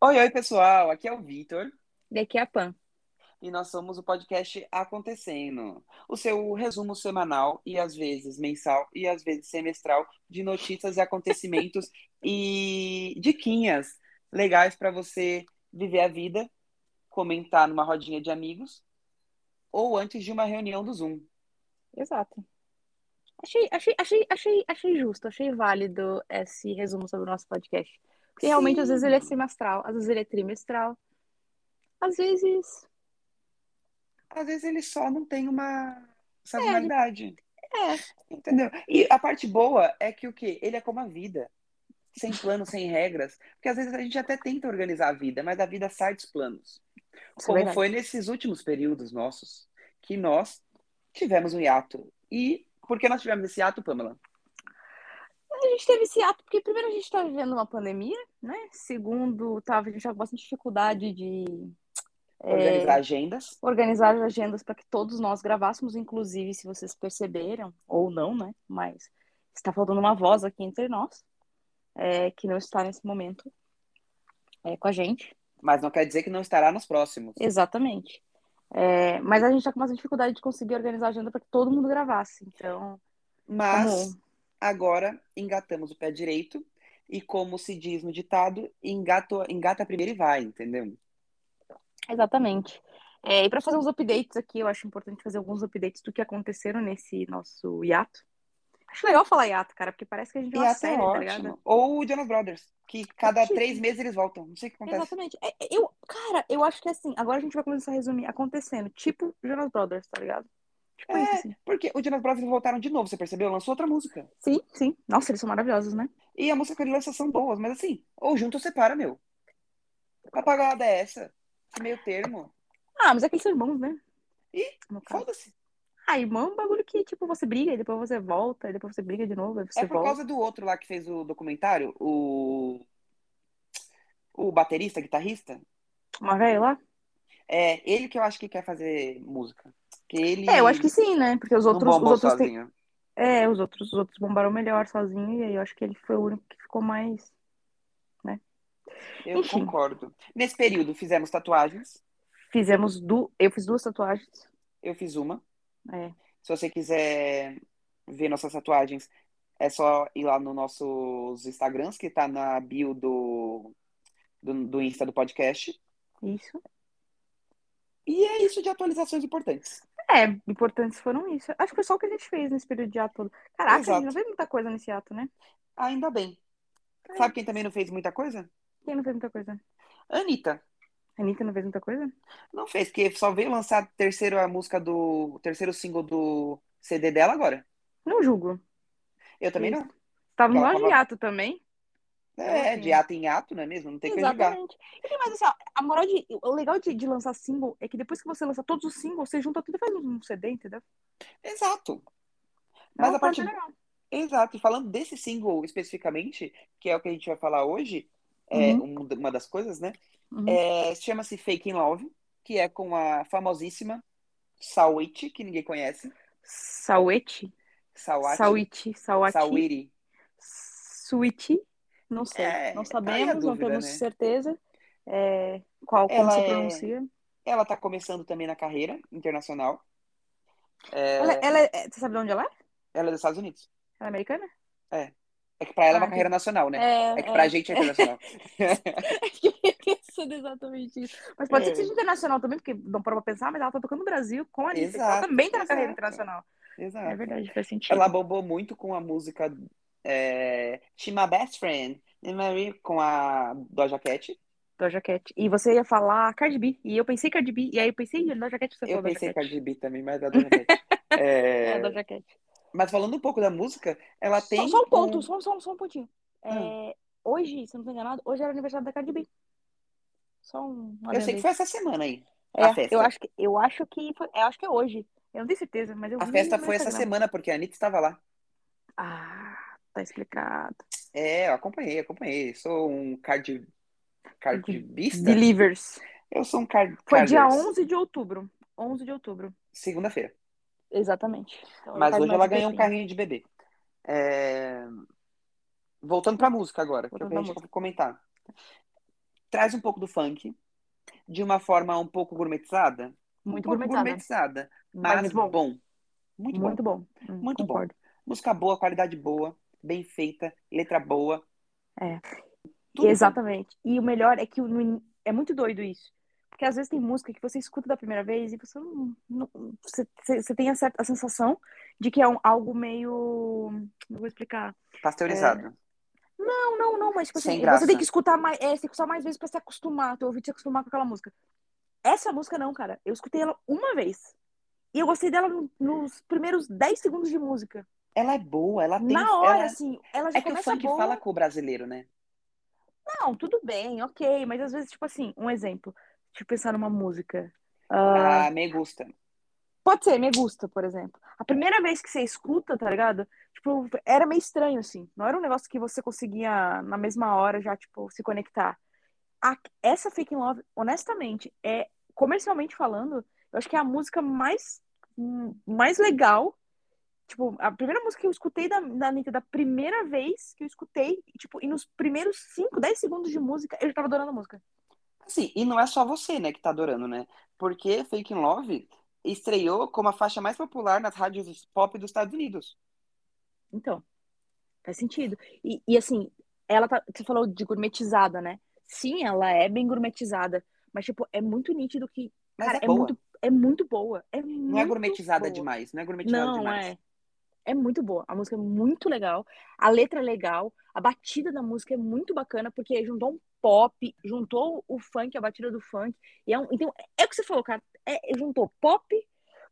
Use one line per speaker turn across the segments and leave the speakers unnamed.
Oi, oi, pessoal. Aqui é o Vitor
Daqui a Pan.
e nós somos o podcast Acontecendo, o seu resumo semanal e às vezes mensal e às vezes semestral de notícias e acontecimentos e diquinhas legais para você viver a vida, comentar numa rodinha de amigos ou antes de uma reunião do Zoom.
Exato. Achei, achei, achei, achei, achei justo, achei válido esse resumo sobre o nosso podcast. Porque realmente, às vezes, ele é semestral, às vezes ele é trimestral. Às vezes.
Às vezes ele só não tem uma
É,
sazonalidade. Entendeu? E a parte boa é que o quê? Ele é como a vida. Sem plano, sem regras. Porque às vezes a gente até tenta organizar a vida, mas a vida sai dos planos.
Isso é
Como
verdade.
foi nesses últimos períodos nossos, que nós tivemos um hiato. E por que nós tivemos esse hiato, Pamela?
A gente teve esse ato, porque primeiro a gente tá vivendo uma pandemia, né? Segundo, tava, a gente tava com bastante dificuldade de É.
Organizar agendas.
organizar as agendas para que todos nós gravássemos, inclusive, se vocês perceberam, ou não, né? Mas está faltando uma voz aqui entre nós, é, que não está nesse momento é, com a gente.
Mas não quer dizer que não estará nos próximos.
Exatamente. É, mas a gente tá com bastante dificuldade de conseguir organizar a agenda para que todo mundo gravasse. Então,
Mas
como-
agora engatamos o pé direito. E como se diz no ditado, engata, engata primeiro e vai, entendeu?
exatamente. É, e para fazer uns updates aqui, eu acho importante fazer alguns updates do que aconteceram nesse nosso hiato. Acho legal falar hiato, cara, porque parece que a
E
gente viu uma
até
série, tá ligado?
é ótimo. Ou o Jonas Brothers, que cada
Tipo.
três meses eles voltam. Não sei o que acontece.
Exatamente. É, é, Eu, cara, eu acho que assim, agora a gente vai começar a resumir acontecendo, tipo Jonas Brothers, tá ligado? Tipo
É.
isso, assim.
Porque o Jonas Brothers voltaram de novo, você percebeu? Lançou outra música.
Sim, sim. Nossa, eles são maravilhosos, né?
E a música que ele lança são boas, mas assim, ou junto ou separa, meu. A pagada é essa. Esse meio termo.
Ah, mas é que eles são irmãos, né?
Ih,
No caso.
Foda-se.
Ah, irmão é um bagulho que, tipo, você briga, e depois você volta, e depois você briga de novo, aí você
É por
volta.
causa do outro lá que fez o documentário, o. O baterista, guitarrista.
Uma velha lá?
É ele que eu acho que quer fazer música. Que ele.
É, eu acho que sim, né? Porque os
não
outros, os
bombou
outros têm.
sozinho.
É, os outros, os outros bombaram melhor sozinho, e aí eu acho que ele foi o único que ficou mais.
Eu
Enfim.
concordo. Nesse período, fizemos tatuagens.
Fizemos du... Eu fiz duas tatuagens.
Eu fiz uma.
É.
Se você quiser ver nossas tatuagens, é só ir lá nos nossos Instagrams, que tá na bio do, do, do Insta do podcast.
Isso.
E é isso de atualizações importantes.
É, importantes foram isso. Acho que foi só o que a gente fez nesse período de ato todo. Caraca, a
Exato.
gente não fez muita coisa nesse ato, né?
Ainda bem.
É
Sabe quem também não fez muita coisa?
Quem não fez muita coisa?
Anitta.
A Anitta não fez muita coisa?
Não fez, porque só veio lançar a terceira música do. o terceiro single do CD dela agora.
Não julgo.
Eu também não.
Tava no
Ela
auge de
tava-
ato também.
É, de ato em ato, não é mesmo? Não tem que julgar.
Exatamente. E tem mais assim, ó, a moral de. O legal de, de lançar single é que depois que você lança todos os singles, você junta tudo e faz um CD, entendeu?
Exato.
É
Mas
uma
a parte
parada legal.
Exato, e falando desse single especificamente, que é o que a gente vai falar hoje, é um- uma das coisas, né?
Uhum.
É, chama-se Fake in Love, que é com a famosíssima Sawiti, que ninguém conhece.
Sauete?
Sawati.
Sauite, Sauati,
Sawiri.
Suite. Não sei.
É,
não
tá aí a
sabemos, não
dúvida,
temos
né?
certeza é, qual como
Ela
se
é-
pronuncia.
Ela tá começando também na carreira internacional. É,
Ela,
ela...
ela é- você sabe de onde ela é?
é dos Estados Unidos.
Ela é americana?
É que pra ela é uma
Ah,
carreira nacional, né? É que pra
É,
gente é internacional.
é, pensando exatamente isso. Mas pode ser
É.
que seja internacional também, porque não parou pra pensar, mas ela tá tocando no Brasil com a Anitta, que ela
Exato,
também tá na carreira
exato.
internacional. É
Exato.
verdade, faz sentido.
Ela bombou muito com a música é, She My Best Friend, e Mary com a Doja Cat.
Doja Cat. E você ia falar Cardi B. E eu pensei Cardi B. E aí eu pensei em Doja Cat, você
Eu
falou Doja
pensei
Cat.
Cardi B também, mas a Doja Cat.
É,
É,
Doja Cat.
mas falando um pouco da música, ela
Só-
tem
Só, um ponto, só, só, só um pontinho. É,
Hum.
Hoje, se eu não tô enganado, hoje era aniversário da Cardi B. Só um
Eu sei que
adendo
foi essa semana aí.
aí.
a
É,
festa.
Eu acho que, eu acho que, foi- eu acho que é hoje. Eu não tenho certeza, mas eu
A
vi
festa
no
foi essa
Instagram.
semana, porque a Anitta estava lá.
Ah, tá explicado.
É, eu acompanhei, acompanhei. Sou um cardi... cardibista?
Believers.
Eu sou um card...
Foi dia
carders.
11 de outubro. 11 de outubro.
Segunda-feira.
Exatamente. Então,
Mas
faz
hoje
mais
ela
um
ganhou um
tempinho.
carrinho de bebê. É, Voltando pra música agora, que é o
Voltando
que a
pra
gente
música.
vai comentar. traz um pouco do funk, de uma forma um pouco gourmetizada.
Muito
um pouco
gourmetizada.
gourmetizada,
Mas
mas,
muito bom.
Muito, bom.
Muito bom. Hum,
Muito bom.
concordo.
Música boa, qualidade boa, bem feita, letra boa.
É.
Tudo
Exatamente. E o melhor é que o- no in- é muito doido isso. Porque às vezes tem música que você escuta da primeira vez e você não. não- você, você- você tem a, cer- a sensação de que é um, algo meio. Não vou explicar.
bom, pasteurizado.
Não, não, não, mas tipo
Sem
assim,
graça.
você tem que escutar mais. É, você tem que escutar mais vezes pra se acostumar, teu ouvido se acostumar com aquela música. Essa música não, cara. Eu escutei ela uma vez. E eu gostei dela no- nos primeiros 10 segundos de música.
Ela é boa, ela tem.
Na hora,
ela-
assim, ela já
É que o
começa
funk
boa.
fala com o brasileiro, né?
Não, tudo bem, ok, mas às vezes, tipo assim, um exemplo. Deixa eu pensar numa música. Ah,
Ah, me gusta.
Pode ser, me gusta, por exemplo. A primeira vez que você escuta, tá ligado? Tipo, era meio estranho, assim. Não era um negócio que você conseguia, na mesma hora, já, tipo, se conectar. A- essa Fake in Love, honestamente, é, comercialmente falando, eu acho que é a música mais, hum, mais legal. Tipo, a primeira música que eu escutei da, da Anitta, da primeira vez que eu escutei, e, tipo, e nos primeiros 5, 10 segundos de música, eu já tava adorando a música.
Assim, e não é só você, né, que tá adorando, né? Porque Fake in Love estreou como a faixa mais popular nas rádios pop dos Estados Unidos.
Então, faz sentido. E, e, assim, ela tá. Você falou de gourmetizada, né? Sim, ela é bem gourmetizada. Mas, tipo, é muito nítido que.
Mas
cara,
é, boa.
muito, é muito boa. É
Não é gourmetizada
boa.
demais, não é gourmetizada
Não,
demais.
é. É muito boa. A música é muito legal. A letra é legal. A batida da música é muito bacana, porque juntou um pop, juntou o funk, a batida do funk. E é um, então, é o que você falou, cara. É, juntou pop,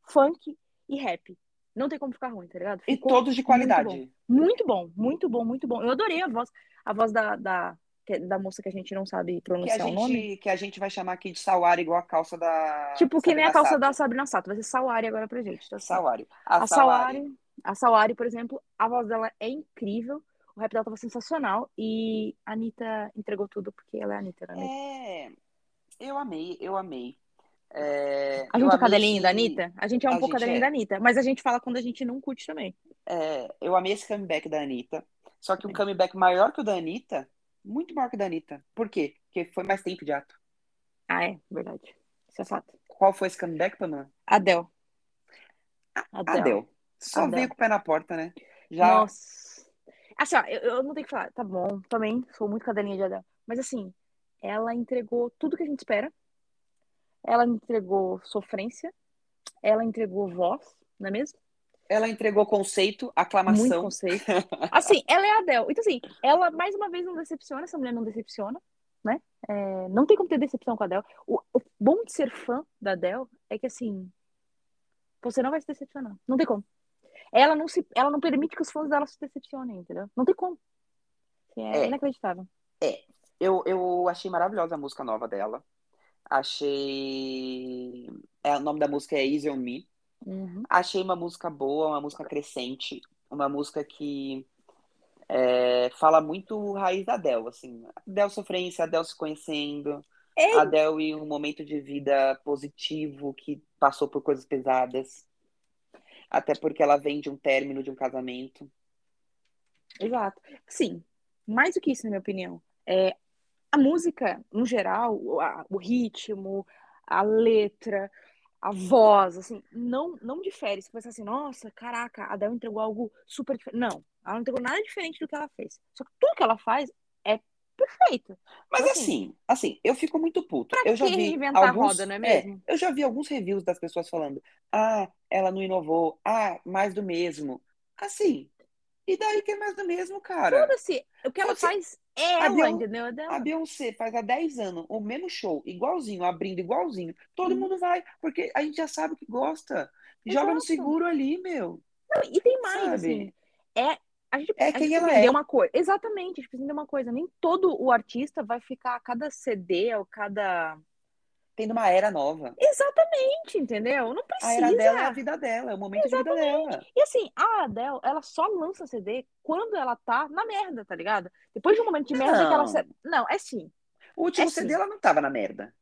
funk e rap. Não tem como ficar ruim, tá ligado?
E
Ficou
todos de qualidade.
bom. Muito bom, muito bom, muito bom. Eu adorei a voz, a voz da, da, que- da moça que a gente não sabe
que a
pronunciar é o nome.
gente que a gente vai chamar aqui de Sawari igual a calça da
Tipo, que nem a
Sabrina
calça
Sato.
da Sabrina Sato. Vai ser Sawari agora pra gente. tá certo?
Sawari.
A Sawari, a Sawari, por exemplo, a voz dela é incrível. O rap dela tava sensacional. E a Anitta entregou tudo, porque ela é a Anitta, né?
É, eu amei, eu amei. É,
A
eu
gente é
amei
cadelinha
esse-
da Anitta? A gente é
A
um
gente
pouco cadelinha
é.
da Anitta. Mas a gente fala quando a gente não curte também.
é, eu amei esse comeback da Anitta. Só que um
Sim.
comeback maior que o da Anitta, muito maior que o da Anitta. Por quê? Porque foi mais tempo de ato.
Ah, é, verdade. Isso é fato.
Qual foi esse comeback, Pamela?
Adele.
Adele. Só
Adele.
veio com o pé na porta, né? Já
Nossa. Assim, ó, eu, eu não tenho que falar, tá bom, também sou muito cadelinha de Adele. Mas assim, ela entregou tudo que a gente espera. Ela entregou sofrência. Ela entregou voz, não é mesmo?
ela entregou conceito, aclamação.
Muito conceito. Assim, ela é a Adele. Então, assim, ela mais uma vez não decepciona, essa mulher não decepciona, né? É, não tem como ter decepção com a Adele. O, o bom de ser fã da Adele é que, assim, você não vai se decepcionar. Não tem como. Ela não, se, ela não permite que os fãs dela se decepcionem, entendeu? Não tem como. Assim,
É.
é inacreditável.
Eu, eu achei maravilhosa a música nova dela. Achei. É, o nome da música é Easy on Me.
Uhum.
Achei uma música boa, uma música crescente, uma música que é, fala muito raiz da Adele, assim. Adele sofrência, Adele se conhecendo,
É.
Adele em um momento de vida positivo que passou por coisas pesadas. Até porque ela vem de um término de um casamento.
Exato. Sim, mais do que isso, na minha opinião. É, a música, no geral, o, a- o ritmo, a letra, a voz, assim, não, não difere. Você pensa assim, nossa, caraca, a Adele entregou algo super diferente. Não, ela não entregou nada diferente do que ela fez. Só que tudo que ela faz é perfeito.
Mas assim,
Assim.
assim, eu fico muito puto. Eu já
que
vi
reinventar a
alguns,
roda, não é mesmo?
eu já vi alguns reviews das pessoas falando: "Ah, ela não inovou. Ah, mais do mesmo". Assim, e daí que é mais do mesmo, cara?
Foda-se, o que ela
Foda-se.
faz é ela,
Adele-
entendeu? É dela.
A Beyoncé faz há 10 anos o mesmo show, igualzinho, abrindo igualzinho. Todo
Hum.
mundo vai, porque a gente já sabe que gosta. Joga no
Exato.
seguro ali, meu.
E tem mais,
Sabe?
assim. É, a gente,
É
a
quem
gente
ela
precisa entender
é.
uma coisa. Exatamente, a gente precisa entender uma coisa. Nem todo o artista vai ficar a cada CD ou cada.
Tendo uma era nova.
Exatamente, entendeu? Não
A
precisa.
era dela é a vida dela, é o momento de vida dela.
E assim, a Adele, ela só lança CD quando ela tá na merda, tá ligado? Depois de um momento de merda que ela.
Não.
se- Não, é sim.
O último
É
CD
sim. Ah.
ela não tava na merda.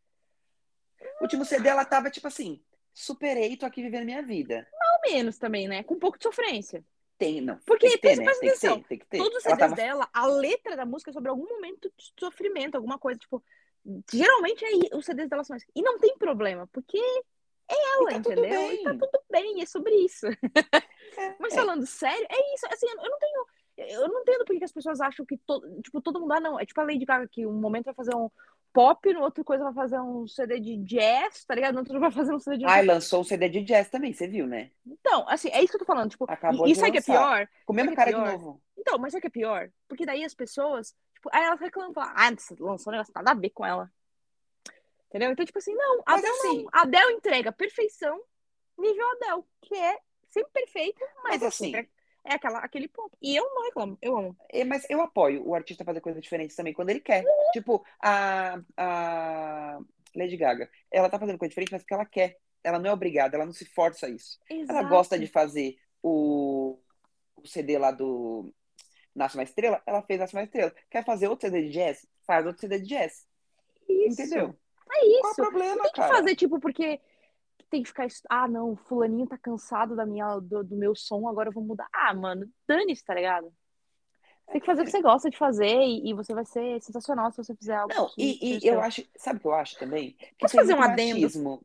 O último CD ela tava tipo assim, superei, tô aqui vivendo minha vida.
Ao menos também, né? Com um pouco de sofrência.
Tem, não.
Porque,
tem que ter,
presta-
né?
presta
Tem que ter,
atenção,
tem que ter.
Todos os
ela
CDs
tava
dela, a letra da música é sobre algum momento de sofrimento, alguma coisa, tipo, Geralmente é os CDs delas são esses. E não tem problema, porque é ela,
E tá tudo
entendeu? E tá
bem.
tudo bem, é sobre isso.
É,
Mas
é.
falando sério, é isso. Assim, eu não tenho. Eu não entendo porque que as pessoas acham que todo, tipo, todo mundo. Ah, não. É tipo a Lady Gaga, que um momento vai fazer um pop, no outro coisa vai fazer um CD de jazz, tá ligado? No outro vai fazer um CD de.
Ai, lançou um CD de jazz também, você viu, né?
Então, assim, é isso que eu tô falando. Tipo,
Acabou
e, e
de
sabe o que é
lançar.
pior?
Com o mesmo
Sabe o que
cara
é
de
pior?
novo.
Então, mas sabe o que é pior? Porque daí as pessoas, tipo, aí elas reclamam, falam, ah, você lançou um negócio, nada a ver com ela. Entendeu? Então, tipo assim, não,
Mas
Adel
assim-
não. Adel entrega perfeição nível Adel, que é sempre perfeita, mas,
Mas assim-
assim, é aquela, aquele ponto. E eu não reclamo, eu amo.
É, mas eu apoio o artista fazer coisas diferentes também quando ele quer.
Uhum.
Tipo, a, a Lady Gaga, ela tá fazendo coisa diferente, mas porque ela quer. Ela não é obrigada, ela não se força a isso. Ela gosta de fazer o, o CD lá do Nasce uma Estrela, ela fez Nasce uma Estrela. Quer fazer outro CD de jazz? Faz outro CD de jazz.
isso.
Entendeu?
É isso.
Qual o problema,
tem que
cara?
fazer, tipo, porque tem que ficar. est- Ah, não, fulaninho tá cansado da minha, do, do meu som, agora eu vou mudar. Ah, mano, dane-se, tá ligado? Tem que fazer o que você gosta de fazer e, e você vai ser sensacional se você fizer algo.
Não,
que
e, e
seja
eu
seu.
acho, sabe o que eu acho também? Que
Posso
tem
fazer um
muito
adendo?
machismo.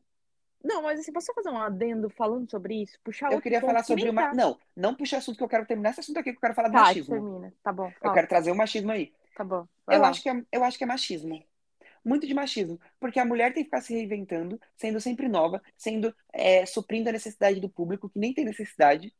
Não, mas assim, posso só fazer um adendo falando sobre isso? Puxar
Eu
outro
queria
ponto
falar
que
sobre
nem
uma.
tá.
Não, não puxa assunto que eu quero terminar esse assunto aqui que eu quero falar do
Tá,
machismo.
termina. Tá bom,
Eu
fala,
quero trazer o machismo aí.
tá bom. Vai
Eu
lá.
acho, que é, eu acho que é machismo. Muito de machismo. Porque a mulher tem que ficar se reinventando, sendo sempre nova, sendo é, suprindo a necessidade do público, que nem tem necessidade,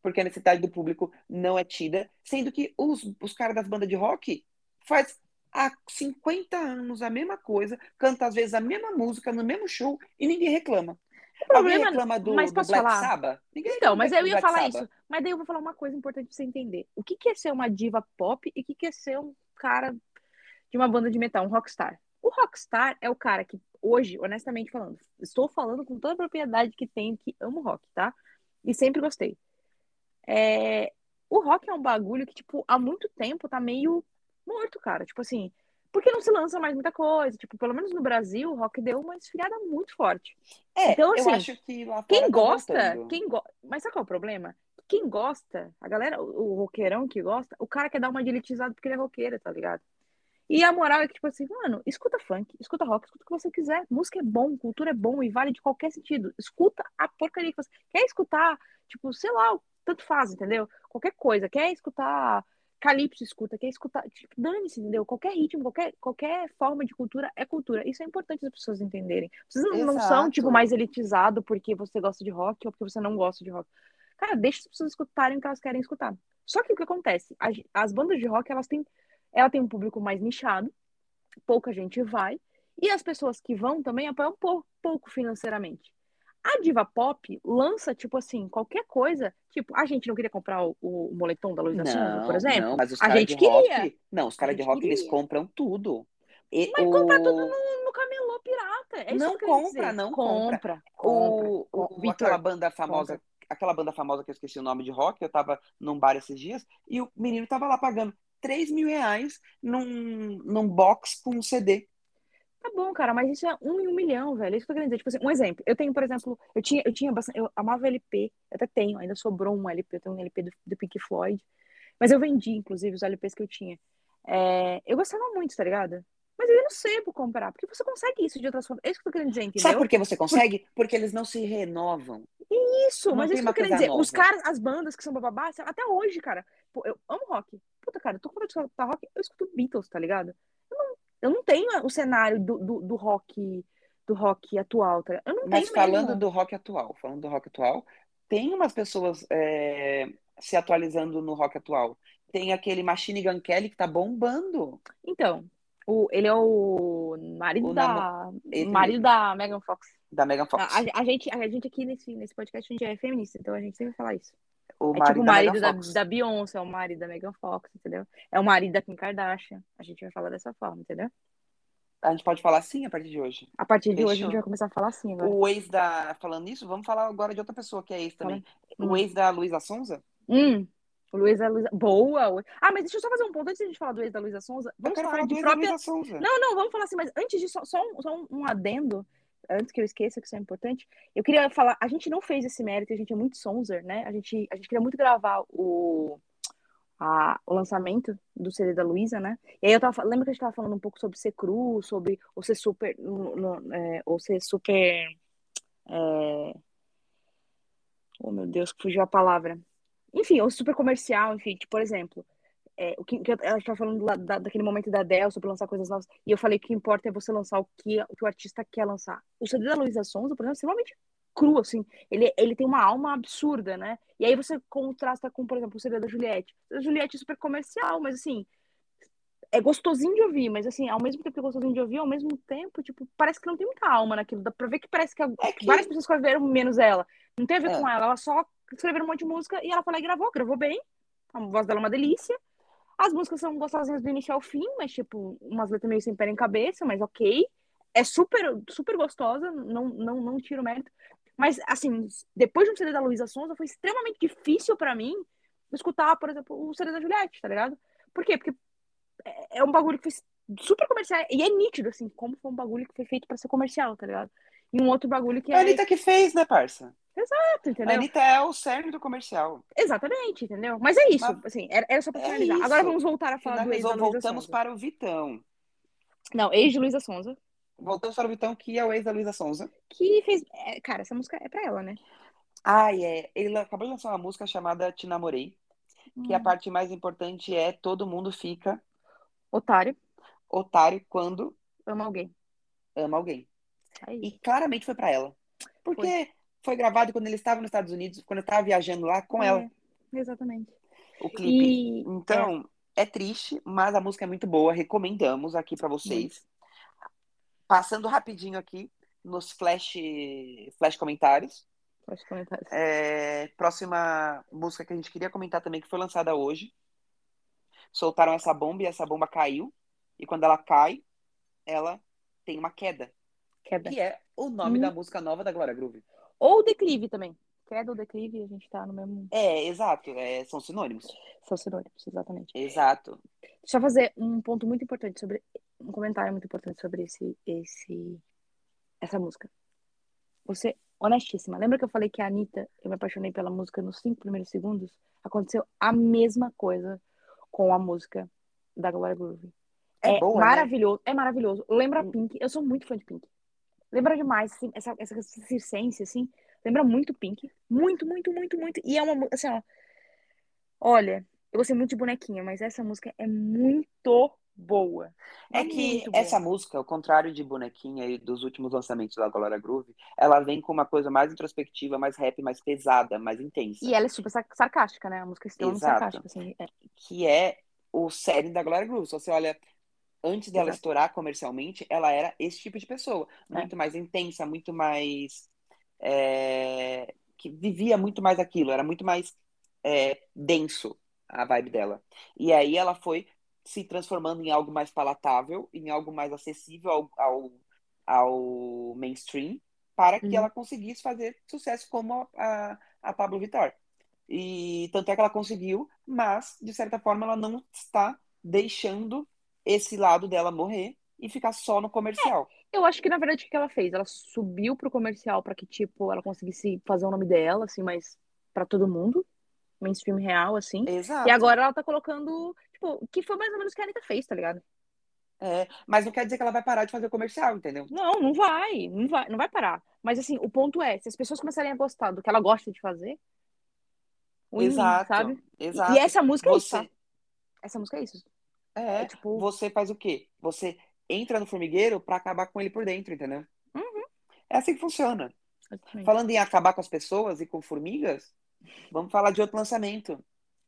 porque a necessidade do público não é tida, sendo que os, os caras das bandas de rock faz há 50 anos a mesma coisa, canta às vezes a mesma música no mesmo show e ninguém reclama. Alguém
problema- é
reclama do,
mas
do
posso
Black
falar?
Sabbath? Ninguém
Então,
reclama
mas
do
eu ia
Black
falar
Sabbath.
isso. Mas daí eu vou falar uma coisa importante pra você entender. O que que é ser uma diva pop e o que que é ser um cara de uma banda de metal, um rockstar? O rockstar é o cara que hoje, honestamente falando, estou falando com toda a propriedade que tenho, que amo rock, tá? E sempre gostei. É, O rock é um bagulho que, tipo, há muito tempo tá meio morto, cara. Tipo assim, porque não se lança mais muita coisa. Tipo, pelo menos no Brasil, o rock deu uma esfriada muito forte.
É,
Então,
eu
assim,
acho que lá fora
Quem
tá
gosta,
voltando.
quem go... mas sabe qual é o problema? Quem gosta, a galera, o o roqueirão que gosta, o cara quer dar uma de elitizado porque ele é roqueiro, tá ligado? E a moral é que, tipo assim, mano, escuta funk, escuta rock, escuta o que você quiser. Música é bom, cultura é bom e vale de qualquer sentido. Escuta a porcaria que você quer escutar, tipo, sei lá, tanto faz, entendeu? Qualquer coisa, quer escutar calypso, escuta, quer escutar, tipo, dane-se, entendeu? Qualquer ritmo, qualquer, qualquer forma de cultura é cultura. Isso é importante as pessoas entenderem. Vocês não, não são,
Exato.
tipo, mais elitizado porque você gosta de rock ou porque você não gosta de rock. Cara, deixa as pessoas escutarem o que elas querem escutar. Só que o que acontece? As, as bandas de rock, elas têm, ela tem um público mais nichado, pouca gente vai, e as pessoas que vão também apoiam pou- pouco financeiramente. A diva pop lança, tipo assim, qualquer coisa. Tipo, a gente não queria comprar o, o moletom da Luísa Sonza, por exemplo.
Não, mas os
a
caras
gente
de rock,
queria.
não, os caras de
gente
rock eles
queria.
compram tudo. E
Mas
o-
compra tudo no, no camelô pirata. É isso
Não
que eu queria
compra,
dizer.
não
compra. Compra.
o, o-
Vitor,
aquela banda famosa, aquela banda famosa que eu esqueci o nome de rock, eu tava num bar esses dias e o menino tava lá pagando 3 mil reais num, num box com um CD.
Tá bom, cara, mas isso é um em um milhão, velho. É isso que eu tô querendo dizer. Tipo assim, um exemplo. Eu tenho, por exemplo, eu tinha, eu tinha bastante. Eu amava LP, eu até tenho, ainda sobrou um LP, eu tenho um LP do, do Pink Floyd. Mas eu vendi, inclusive, os LPs que eu tinha. É, eu gostava muito, tá ligado? Mas eu não sei por comprar, porque você consegue isso de outras formas. É isso que eu tô querendo dizer, entendeu?
Sabe por que você consegue? Porque eles não se renovam.
Isso,
Não
mas é
tem
isso que
uma
eu queria
coisa
dizer. Os
nova.
caras, as bandas que são bababá, sei lá, até hoje, cara. Pô, eu amo rock. Puta, cara, eu tô com vontade de escutar rock, eu escuto Beatles, tá ligado? Eu não, eu não tenho o cenário do, do, do rock do rock atual, tá ligado? Eu não
Mas
tenho
falando
mesmo.
do rock atual, falando do rock atual, tem umas pessoas é, se atualizando no rock atual. Tem aquele Machine Gun Kelly que tá bombando.
Então, o, ele é o marido
O
da.
Ele
Marido da Megan Fox.
Da Megan Fox.
A, a gente, a gente aqui nesse, nesse podcast a gente é feminista, então a gente sempre fala isso.
o
É tipo o
da
marido
Megan
da,
Fox.
da Beyoncé, é o marido da Megan Fox, entendeu? É o marido da Kim Kardashian. A gente vai falar dessa forma, entendeu?
A gente pode falar assim a partir de hoje.
A partir de hoje a
Fechou.
gente vai começar a falar assim agora.
O ex da. Falando nisso, vamos falar agora de outra pessoa que é ex também.
Fala.
O ex da Luísa Sonza?
Hum, Luísa, Luísa. Boa! Ah, mas deixa eu só fazer um ponto antes de a gente falar do ex da Luísa Sonza.
Eu
Vamos
quero
falar
falar do
de
ex da
própria.
Luísa Sonza.
Não, não, vamos falar assim, mas antes disso, só, só um, só um- um adendo, antes que eu esqueça, que isso é importante. Eu queria falar, a gente não fez esse mérito, a gente é muito sonzer, né? A gente, a gente queria muito gravar o, a, o lançamento do CD da Luísa, né? E aí eu tava, lembra que a gente tava falando um pouco sobre ser cru, sobre ou ser super, no, no, é, ou ser super, é, oh meu Deus, que fugiu a palavra. Enfim, ou super comercial, enfim, tipo, por exemplo, é, o que, que ela estava falando lá, da, daquele momento da Dell sobre lançar coisas novas, e eu falei que o que importa é você lançar o que, o que o artista quer lançar. O CD da Luísa Sonza, por exemplo, é extremamente cru, assim. Ele, ele tem uma alma absurda, né? E aí você contrasta com, por exemplo, o CD da Juliette. A Juliette é super comercial, mas assim. É gostosinho de ouvir, mas assim, ao mesmo tempo que é gostosinho de ouvir, ao mesmo tempo, tipo, parece que não tem muita alma naquilo. Dá pra ver que parece que, a, é que... várias pessoas escreveram menos ela. Não tem a ver é. com ela, ela só escreveram um monte de música e ela falou e gravou, gravou bem. A voz dela é uma delícia. As músicas são gostosinhas do início ao fim, mas tipo, umas letras meio sem pé em cabeça, mas ok. É super, super gostosa, não, não, não tiro mérito. Mas, assim, depois de um CD da Luísa Sonza, foi extremamente difícil para mim escutar, por exemplo, o CD da Juliette, tá ligado? Por quê? Porque é um bagulho que foi super comercial. E é nítido, assim, como foi um bagulho que foi feito para ser comercial, tá ligado? E um outro bagulho que é.
A Anitta que fez, né, parça?
Exato, entendeu?
A Anitta é o cerne do comercial.
Exatamente, entendeu? Mas é isso, Mas... assim, era, era só pra finalizar. É Agora vamos voltar a falar Finalizou, do ex
Voltamos para o Vitão.
Não, ex de Luísa Sonza.
Voltamos para o Vitão, que é o ex da Luísa Sonza.
Que fez. É, cara, essa música é pra ela, né?
Ah, é. Ele acabou de lançar uma música chamada Te Namorei. Hum.
é
Que a parte mais importante é todo mundo fica.
Otário.
Otário quando.
Ama alguém.
Ama alguém. Aí. E claramente foi pra ela. Porque foi. foi. gravado quando ele estava nos Estados Unidos, quando eu estava viajando lá com é, ela.
Exatamente.
O clipe. E... Então, é. é. triste, mas a música é muito boa. Recomendamos aqui para vocês. Muito passando rapidinho aqui nos flash, flash comentários.
Flash comentários.
É, próxima música que a gente queria comentar também, que foi lançada hoje. Soltaram essa bomba e essa bomba caiu. E quando ela cai, ela tem uma queda.
Queda.
Que é o nome hum. da música nova da Glória Groove.
Ou declive também. Queda ou declive, a gente tá no mesmo.
É, exato. É, são sinônimos.
São sinônimos, exatamente.
Exato.
Deixa eu fazer um ponto muito importante sobre um comentário muito importante sobre esse, esse, essa música. Você, honestíssima, lembra que eu falei que a Anitta, eu me apaixonei pela música nos cinco primeiros segundos? Aconteceu a mesma coisa com a música da Glória Groove. É, é boa, maravilhoso, né? é maravilhoso. Lembra Pink, eu sou muito fã de Pink. Lembra demais, assim, essa, essa circense, assim, lembra muito Pink. Muito, muito, muito, muito. E é uma, assim, ó, olha, eu gostei muito de Bonequinha, mas essa música é muito boa.
É, é que essa boa. música, ao contrário de Bonequinha e dos últimos lançamentos da Glória Groove, ela vem com uma coisa mais introspectiva, mais rap, mais pesada, mais intensa.
E ela é super sarcástica, né? A música extremamente Exato. sarcástica. Assim, é.
Que é o série da Glória Groove. Se você olha, antes dela Exato. estourar comercialmente, ela era esse tipo de pessoa. Muito é. mais intensa, muito mais... é, Que vivia muito mais aquilo, era muito mais é, denso a vibe dela. E aí ela foi se transformando em algo mais palatável, em algo mais acessível ao, ao, ao mainstream, para que uhum. ela conseguisse fazer sucesso como a, a Pablo Vittar. E tanto é que ela conseguiu, mas, de certa forma, ela não está deixando esse lado dela morrer e ficar só no comercial.
É, eu acho que, na verdade, o que ela fez? Ela subiu para o comercial para que, tipo, ela conseguisse fazer o nome dela, assim, mas para todo mundo, mainstream real, assim.
Exato.
E agora ela tá colocando, tipo, que foi mais ou menos o que a Anitta fez, tá ligado?
É, mas não quer dizer que ela vai parar de fazer comercial, entendeu?
Não, não vai, não vai, não vai parar. Mas assim, o ponto é, se as pessoas começarem a gostar do que ela gosta de fazer,
win, exato, sabe? Exato.
E essa música você... é isso. Tá? Essa música é isso.
É, é, tipo, você faz o quê? Você entra no formigueiro para acabar com ele por dentro, entendeu?
Uhum.
É assim que funciona. Exatamente. Falando em acabar com as pessoas e com formigas, Vamos falar de outro lançamento.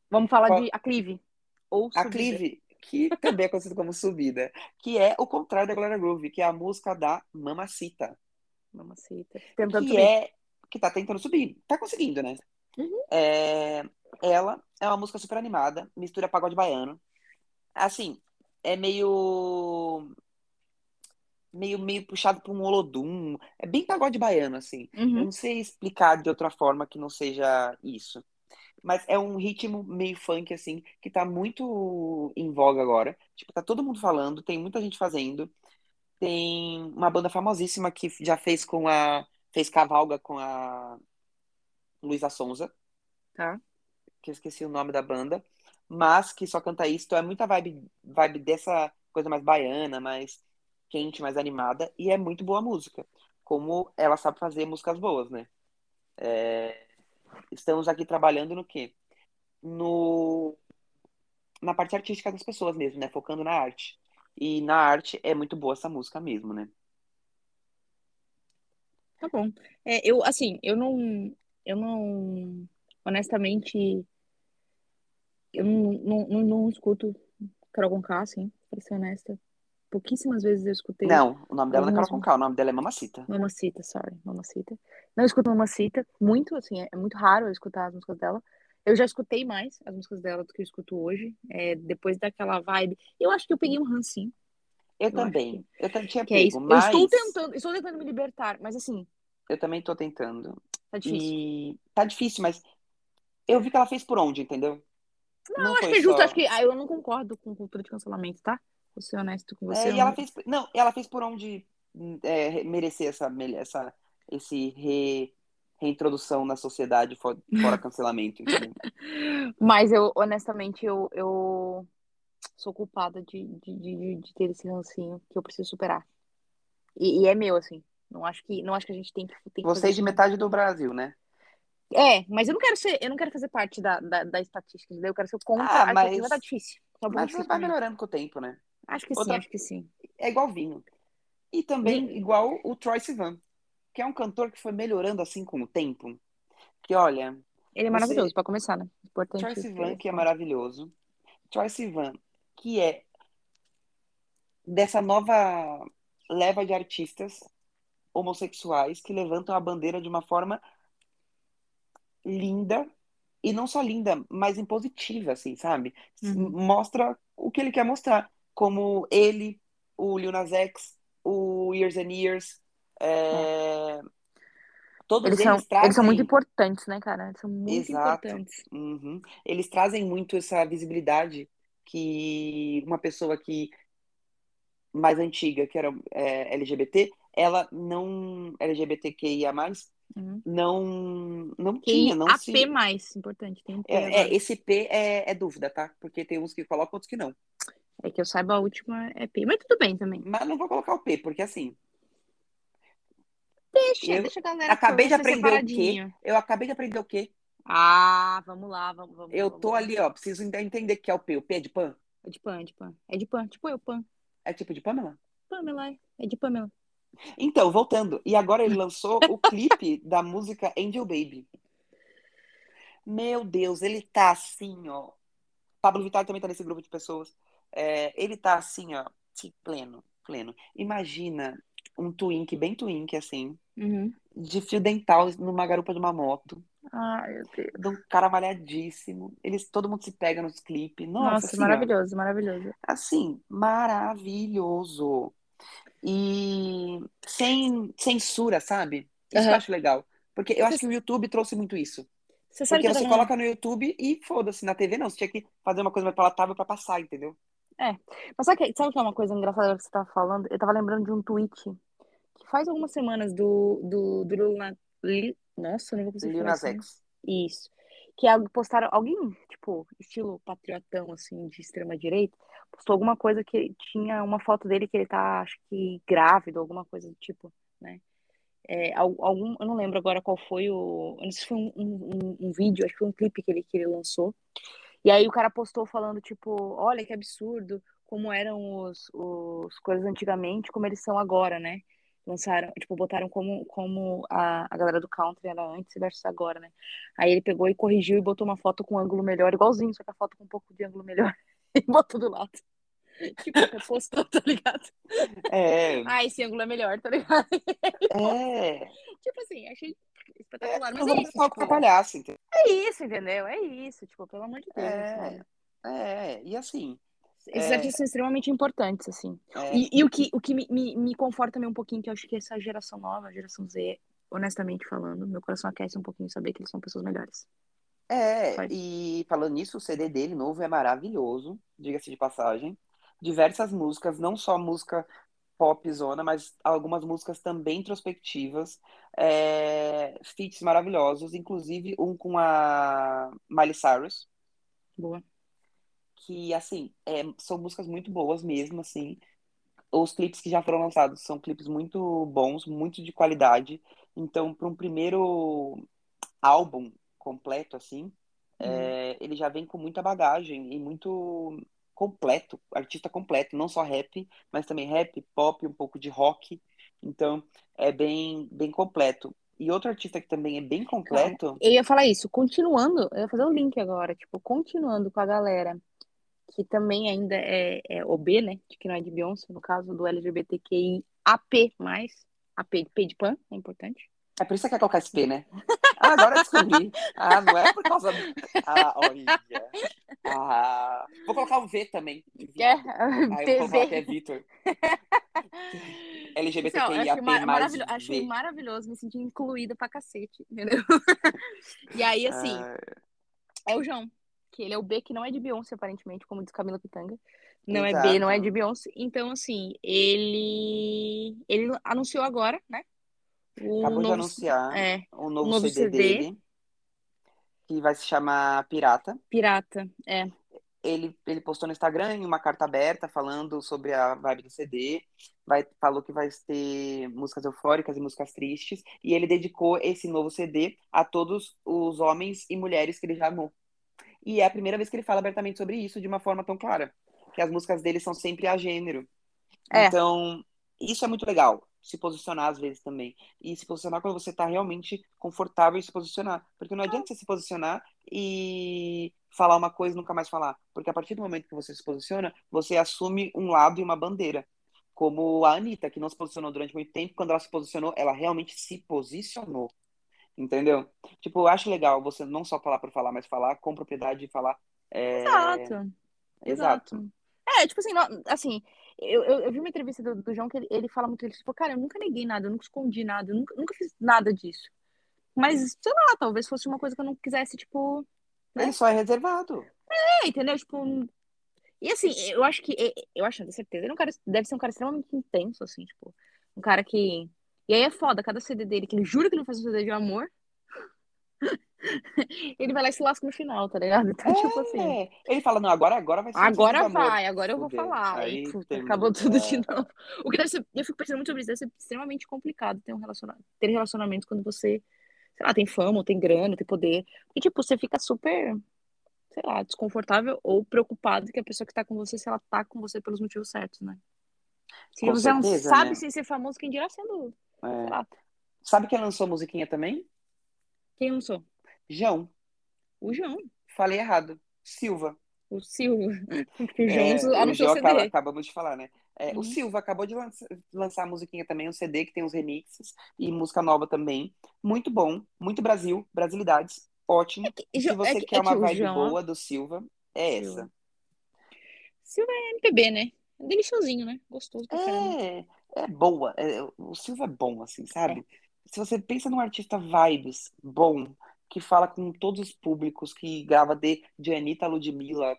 Vamos falar Qual... de Aclive. Ou
subida. Aclive, que também é conhecido como Subida, que é o contrário da Glória Groove, que é a música da Mamacita.
Mamacita.
Tentando que subir. é que tá tentando subir. Tá conseguindo, né?
Uhum.
É... Ela é uma música super animada, mistura pagode baiano. Assim, é meio meio, meio puxado para um holodum. É bem pagode baiano, assim.
Uhum.
Eu não sei explicar de outra forma que não seja isso. Mas é um ritmo meio funk, assim, que está muito em voga agora. Tipo, tá todo mundo falando, tem muita gente fazendo. Tem uma banda famosíssima que já fez com a. fez cavalga com a Luísa Sonza.
Tá.
Que eu esqueci o nome da banda. mas que só canta isso. Então é muita vibe, vibe dessa coisa mais baiana, mais quente, mais animada. E é muito boa música. Como ela sabe fazer músicas boas, né? É, estamos aqui trabalhando no quê? No, na parte artística das pessoas mesmo, né? Focando na arte. E na arte é muito boa essa música mesmo, né?
Tá bom. É, eu, assim, eu não. Eu não. Honestamente. Eu não, não, não, não escuto Carol Conká, assim, pra ser honesta. Pouquíssimas vezes eu escutei.
Não, o nome dela não é Carol Conká, o nome dela é Mamacita.
Mamacita, sorry, Mamacita. Não escuto Mamacita, muito, assim, é muito raro eu escutar as músicas dela. Eu já escutei mais as músicas dela do que eu escuto hoje, é, depois daquela vibe. Eu acho que eu peguei um rancinho.
Eu,
Eu
também. Eu também tinha
Que é
pego,
isso.
mas.
Eu estou tentando, estou tentando me libertar, mas assim,
Eu também tô tentando.
tá difícil.
E tá difícil, mas eu vi que ela fez por onde, entendeu? Não,
Eu acho
foi
que é justo,
só.
acho que ah, eu não concordo com cultura de cancelamento, tá? Vou ser honesto com você. um
É,
eu
e
não-
ela fez. Não, ela fez por onde é, merecer essa, mel- essa esse re- reintrodução na sociedade fo- fora cancelamento, entendeu?
Mas eu, honestamente, eu, eu sou culpada de, de, de, de ter esse rancinho que eu preciso superar. E, e é meu, assim. Não acho que, não acho que a gente tem que, tem que fazer
Vocês de
isso.
metade do Brasil, né?
É, mas eu não quero ser, eu não quero fazer parte da, da, da estatística, entendeu? Eu quero ser contra
Ah,
a estatística, tá
mas,
difícil. Tá um pouco
mas
difícil
vai
pra mim.
melhorando com o tempo, né?
Acho que sim,
Outra
acho que sim.
é igual vinho. E também
De-
igual o Troy Sivan, que é um cantor que foi melhorando assim com o tempo. Que olha,
Ele é maravilhoso,
você.
pra começar, né?
Troy
Importante isso que eu
Sivan,
ia
que é
falar.
maravilhoso. Troy Sivan, que é dessa nova leva de artistas homossexuais que levantam a bandeira de uma forma linda e não só linda, mas impositiva, assim, sabe? S-
Uhum.
Mostra o que ele quer mostrar, como ele, o Lil Nas X, o Years and Years,
É.
é, todos
Eles são,
eles
eles são muito
trazem,
importantes, né, cara? Eles são muito
exato,
importantes.
uhum, eles trazem muito essa visibilidade que uma pessoa que mais antiga, que era é, LGBT, ela não LGBTQIA+,
Uhum.
não não tinha,
Que
não
AP+,
se
importante, tem um P
É,
agora.
é, esse P é, é dúvida, tá? Porque tem uns que colocam, outros que não.
É que eu saiba, a última é P, mas tudo bem também.
Mas não vou colocar o P, porque assim,
Deixa,
eu
deixa a galera
acabei
toda
de
ser
aprender o quê?
separadinha.
Eu acabei de aprender o quê?
Ah, vamos lá, vamos, vamos,
Eu tô
vamos.
ali, ó, preciso ainda entender o que é o P. O P é de Pan?
É de pan, é de pan. É de pan, tipo eu, pan.
É tipo de Pamela?
Pamela, é de Pamela.
Então, voltando. E agora ele lançou o clipe da música Angel Baby. Meu Deus, ele tá assim, ó. Pablo Vittar também tá nesse grupo de pessoas. É, ele tá assim, ó, sim, pleno, pleno. Imagina um twink, bem twink, assim,
Uhum.
de fio dental numa garupa de uma moto,
Ai, meu Deus.
de um cara malhadíssimo. Eles, todo mundo se pega nos clipes. Nossa,
Nossa, é
assim, ó,
maravilhoso, maravilhoso.
assim, maravilhoso. E sem censura, sabe? Isso que eu
Aham.
acho legal. Porque eu acho que o YouTube trouxe muito isso.
Você
Porque
sabe que eu
você
tava vendo.
coloca no YouTube e foda-se, na TV não. Você tinha que fazer uma coisa mais palatável pra passar, entendeu?
É. Mas sabe que, sabe que é uma coisa engraçada que você tava falando? Eu tava lembrando de um tweet que faz algumas semanas do, do, do Lil Na- Lil- Nossa, eu não vou conseguir
Lil
falar
Nas
isso, né?
X.
Isso. Que é algo- postaram, alguém, tipo, estilo patriotão, assim, de extrema-direita, postou alguma coisa que tinha uma foto dele que ele tá, acho que, grávido, alguma coisa do tipo, né? É, al- algum, eu não lembro agora qual foi o. Eu não sei se foi um, um, um um vídeo, acho que foi um clipe que ele, que ele lançou. E aí o cara postou falando, tipo, olha que absurdo, como eram os, os coisas antigamente, como eles são agora, né? Lançaram, tipo, botaram como, como a, a galera do country era antes versus agora, né? Aí ele pegou e corrigiu e botou uma foto com um ângulo melhor, igualzinho, só que a foto com um pouco de ângulo melhor. E botou do lado. Tipo, repostou, tá ligado?
É,
Ah, esse ângulo é melhor, tá ligado?
é,
Tipo assim, achei
é,
espetacular. Mas
mas
é
era
isso,
pessoal que
tipo,
atrapalhasse, entendeu?
é isso, entendeu? É isso, tipo, pelo amor de Deus,
É,
sabe?
é, e assim,
Esses
é,
artistas são extremamente importantes, assim.
é,
E, e o que, o que me, me, me conforta também um pouquinho, que eu acho que essa geração nova, a geração Z, honestamente falando, meu coração aquece um pouquinho saber que eles são pessoas melhores.
é,
Sabe?
e falando nisso, o CD dele novo é maravilhoso, diga-se de passagem. Diversas músicas, não só música pop zona, mas algumas músicas também introspectivas, é, feats maravilhosos, inclusive um com a Miley Cyrus,
Boa.
que, assim, é, são músicas muito boas mesmo, assim. Os clipes que já foram lançados são clipes muito bons, muito de qualidade. Então, para um primeiro álbum completo, assim,
Uhum.
é, ele já vem com muita bagagem e muito completo, artista completo, não só rap, mas também rap, pop, um pouco de rock. Então, é bem, bem completo. E outro artista que também é bem completo,
Eu ia falar isso, continuando, eu ia fazer o link agora, tipo, continuando com a galera que também ainda é, é OB, né? de Que não é de Beyoncé, no caso do LGBTQI AP, AP de P de Pan, é importante.
é por isso que é colocar SP, né? Ah, agora eu descobri. Ah, não é por causa do... Ah, olha. Ah, vou colocar o V também.
É,
Ah, eu vou falar que
TV.
é Vitor.
Então, eu
LGBTQIA+.
achei, mar maravilho- achei maravilhoso, me senti incluída pra cacete, entendeu? e aí, assim,
Ah.
é o João, que ele é o B que não é de Beyoncé, aparentemente, como diz Camila Pitanga. Não é B, não é
Exato.
de Beyoncé. Então, assim, ele ele anunciou agora, né? O
Acabou de
novo-
anunciar né?
é,
o novo,
o novo
CD,
CD.
dele, que vai se chamar Pirata.
Pirata, é.
Ele, ele postou no Instagram em uma carta aberta falando sobre a vibe do CD. Vai, falou que vai ter músicas eufóricas e músicas tristes. E ele dedicou esse novo CD a todos os homens e mulheres que ele já amou. E é a primeira vez que ele fala abertamente sobre isso de uma forma tão clara. Que as músicas dele são sempre a gênero.
É.
Então, isso é muito legal, se posicionar às vezes também. E se posicionar quando você está realmente confortável em se posicionar. Porque não adianta você se posicionar e falar uma coisa e nunca mais falar. Porque a partir do momento que você se posiciona, você assume um lado e uma bandeira. Como a Anitta, que não se posicionou durante muito tempo, quando ela se posicionou, ela realmente se posicionou. Entendeu? Tipo, eu acho legal você não só falar por falar, mas falar com propriedade e falar. é,
Exato,
Exato.
exato. É, tipo assim, não- assim, eu, eu, eu vi uma entrevista do, do João que ele, ele fala muito, ele tipo, cara, eu nunca neguei nada, eu nunca escondi nada, eu nunca, nunca fiz nada disso. Mas, sei lá, talvez fosse uma coisa que eu não quisesse, tipo,
Ele só é reservado.
É, entendeu? Tipo, um- e assim, eu acho que, e- eu acho, não tenho certeza, ele é um cara, deve ser um cara extremamente intenso, assim, tipo, um cara que, e aí é foda, cada CD dele, que ele jura que ele faz um CD de amor, ele vai lá e se lasca no final, tá ligado? Então, tipo assim,
É, ele fala, não, agora, agora vai ser um
agora
sexo de amor.
vai, agora eu vou
Fudeu.
falar,
Aí
e puta,
termina.
acabou tudo de
É.
novo. O que deve ser, eu fico pensando muito sobre isso, deve ser extremamente complicado ter um relacionamento, ter relacionamento quando você, sei lá, tem fama, ou tem grana, ou tem poder, e tipo, você fica super sei lá, desconfortável ou preocupado que a pessoa que tá com você, se ela tá com você pelos motivos certos, né? Se
Com
você
certeza,
não sabe
né?
sem ser famoso, quem dirá sendo, sei
É.
lá,
Sabe quem lançou a musiquinha também?
quem eu não sou?
João.
O João,
Falei errado. Silva.
o Silvio, porque o João
É,
lançou-
o
anunciou
João
o
acaba-
CD.
acabamos de falar, né? É, o
Uhum.
Silva acabou de lança- lançar a musiquinha também, um CD que tem os remixes e música nova também. Muito bom, muito Brasil, brasilidades, ótimo.
E
Se
Jo- É
você
que,
quer
é que
uma
o
vibe
João, ó,
boa do Silva, é
Silvio.
essa.
Silvio é MPB, né? Deliciosinho, né? Gostoso pra caramba.
É, é boa. É, o Silva é bom, assim,
É.
sabe? Se você pensa num artista vibes bom, que fala com todos os públicos, que grava de, de Anitta a Ludmilla,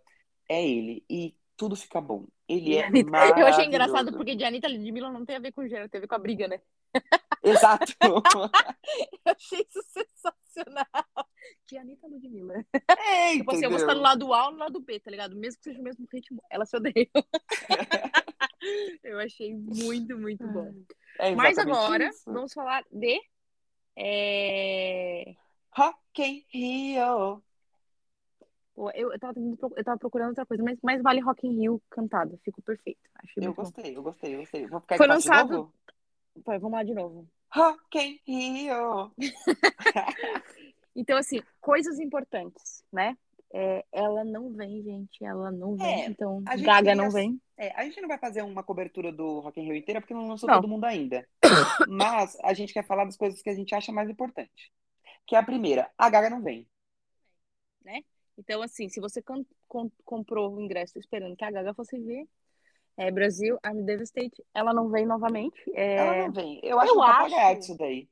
é ele. E tudo fica bom. Ele
E
é
Anitta- Eu achei engraçado
maravilhoso.
porque de Anitta Ludmilla não tem a ver com gênero, tem a ver com a briga, né?
Exato.
Eu achei isso sensacional. De Anitta Ludmilla.
É,
Tipo assim, eu vou estar no
entendeu?
lado A ou no lado B, tá ligado? Mesmo que seja o mesmo ritmo, ela se odeia. Eu achei muito, muito bom.
É
Mas
exatamente
agora,
isso.
vamos falar de. é,
Rock in Rio.
pô, Eu, eu, tava tentando pro- eu tava procurando outra coisa, mas, mas vale Rock in Rio cantado. Ficou perfeito. Achei
Eu
muito bom.
gostei, eu gostei, eu gostei. Vou ficar
Foi
aqui de
lançado.
novo?
Pô, vamos lá de novo.
Rock in Rio.
Então, assim, coisas importantes, né? É, ela não vem, gente. Ela não vem.
É,
Então,
a gente
Gaga
ia-
não vem.
é, a gente não vai fazer uma cobertura do Rock in Rio inteira, porque não lançou
Não.
todo mundo ainda. Mas a gente quer falar das coisas que a gente acha mais importante. Que é a primeira, a Gaga não vem.
né? Então, assim, se você can- com- comprou o ingresso esperando que a Gaga fosse vir, é, Brasil, I'm Devastated, ela não vem novamente.
Ela
É,
não vem. Eu acho
eu
um papagaiado
acho,
isso daí.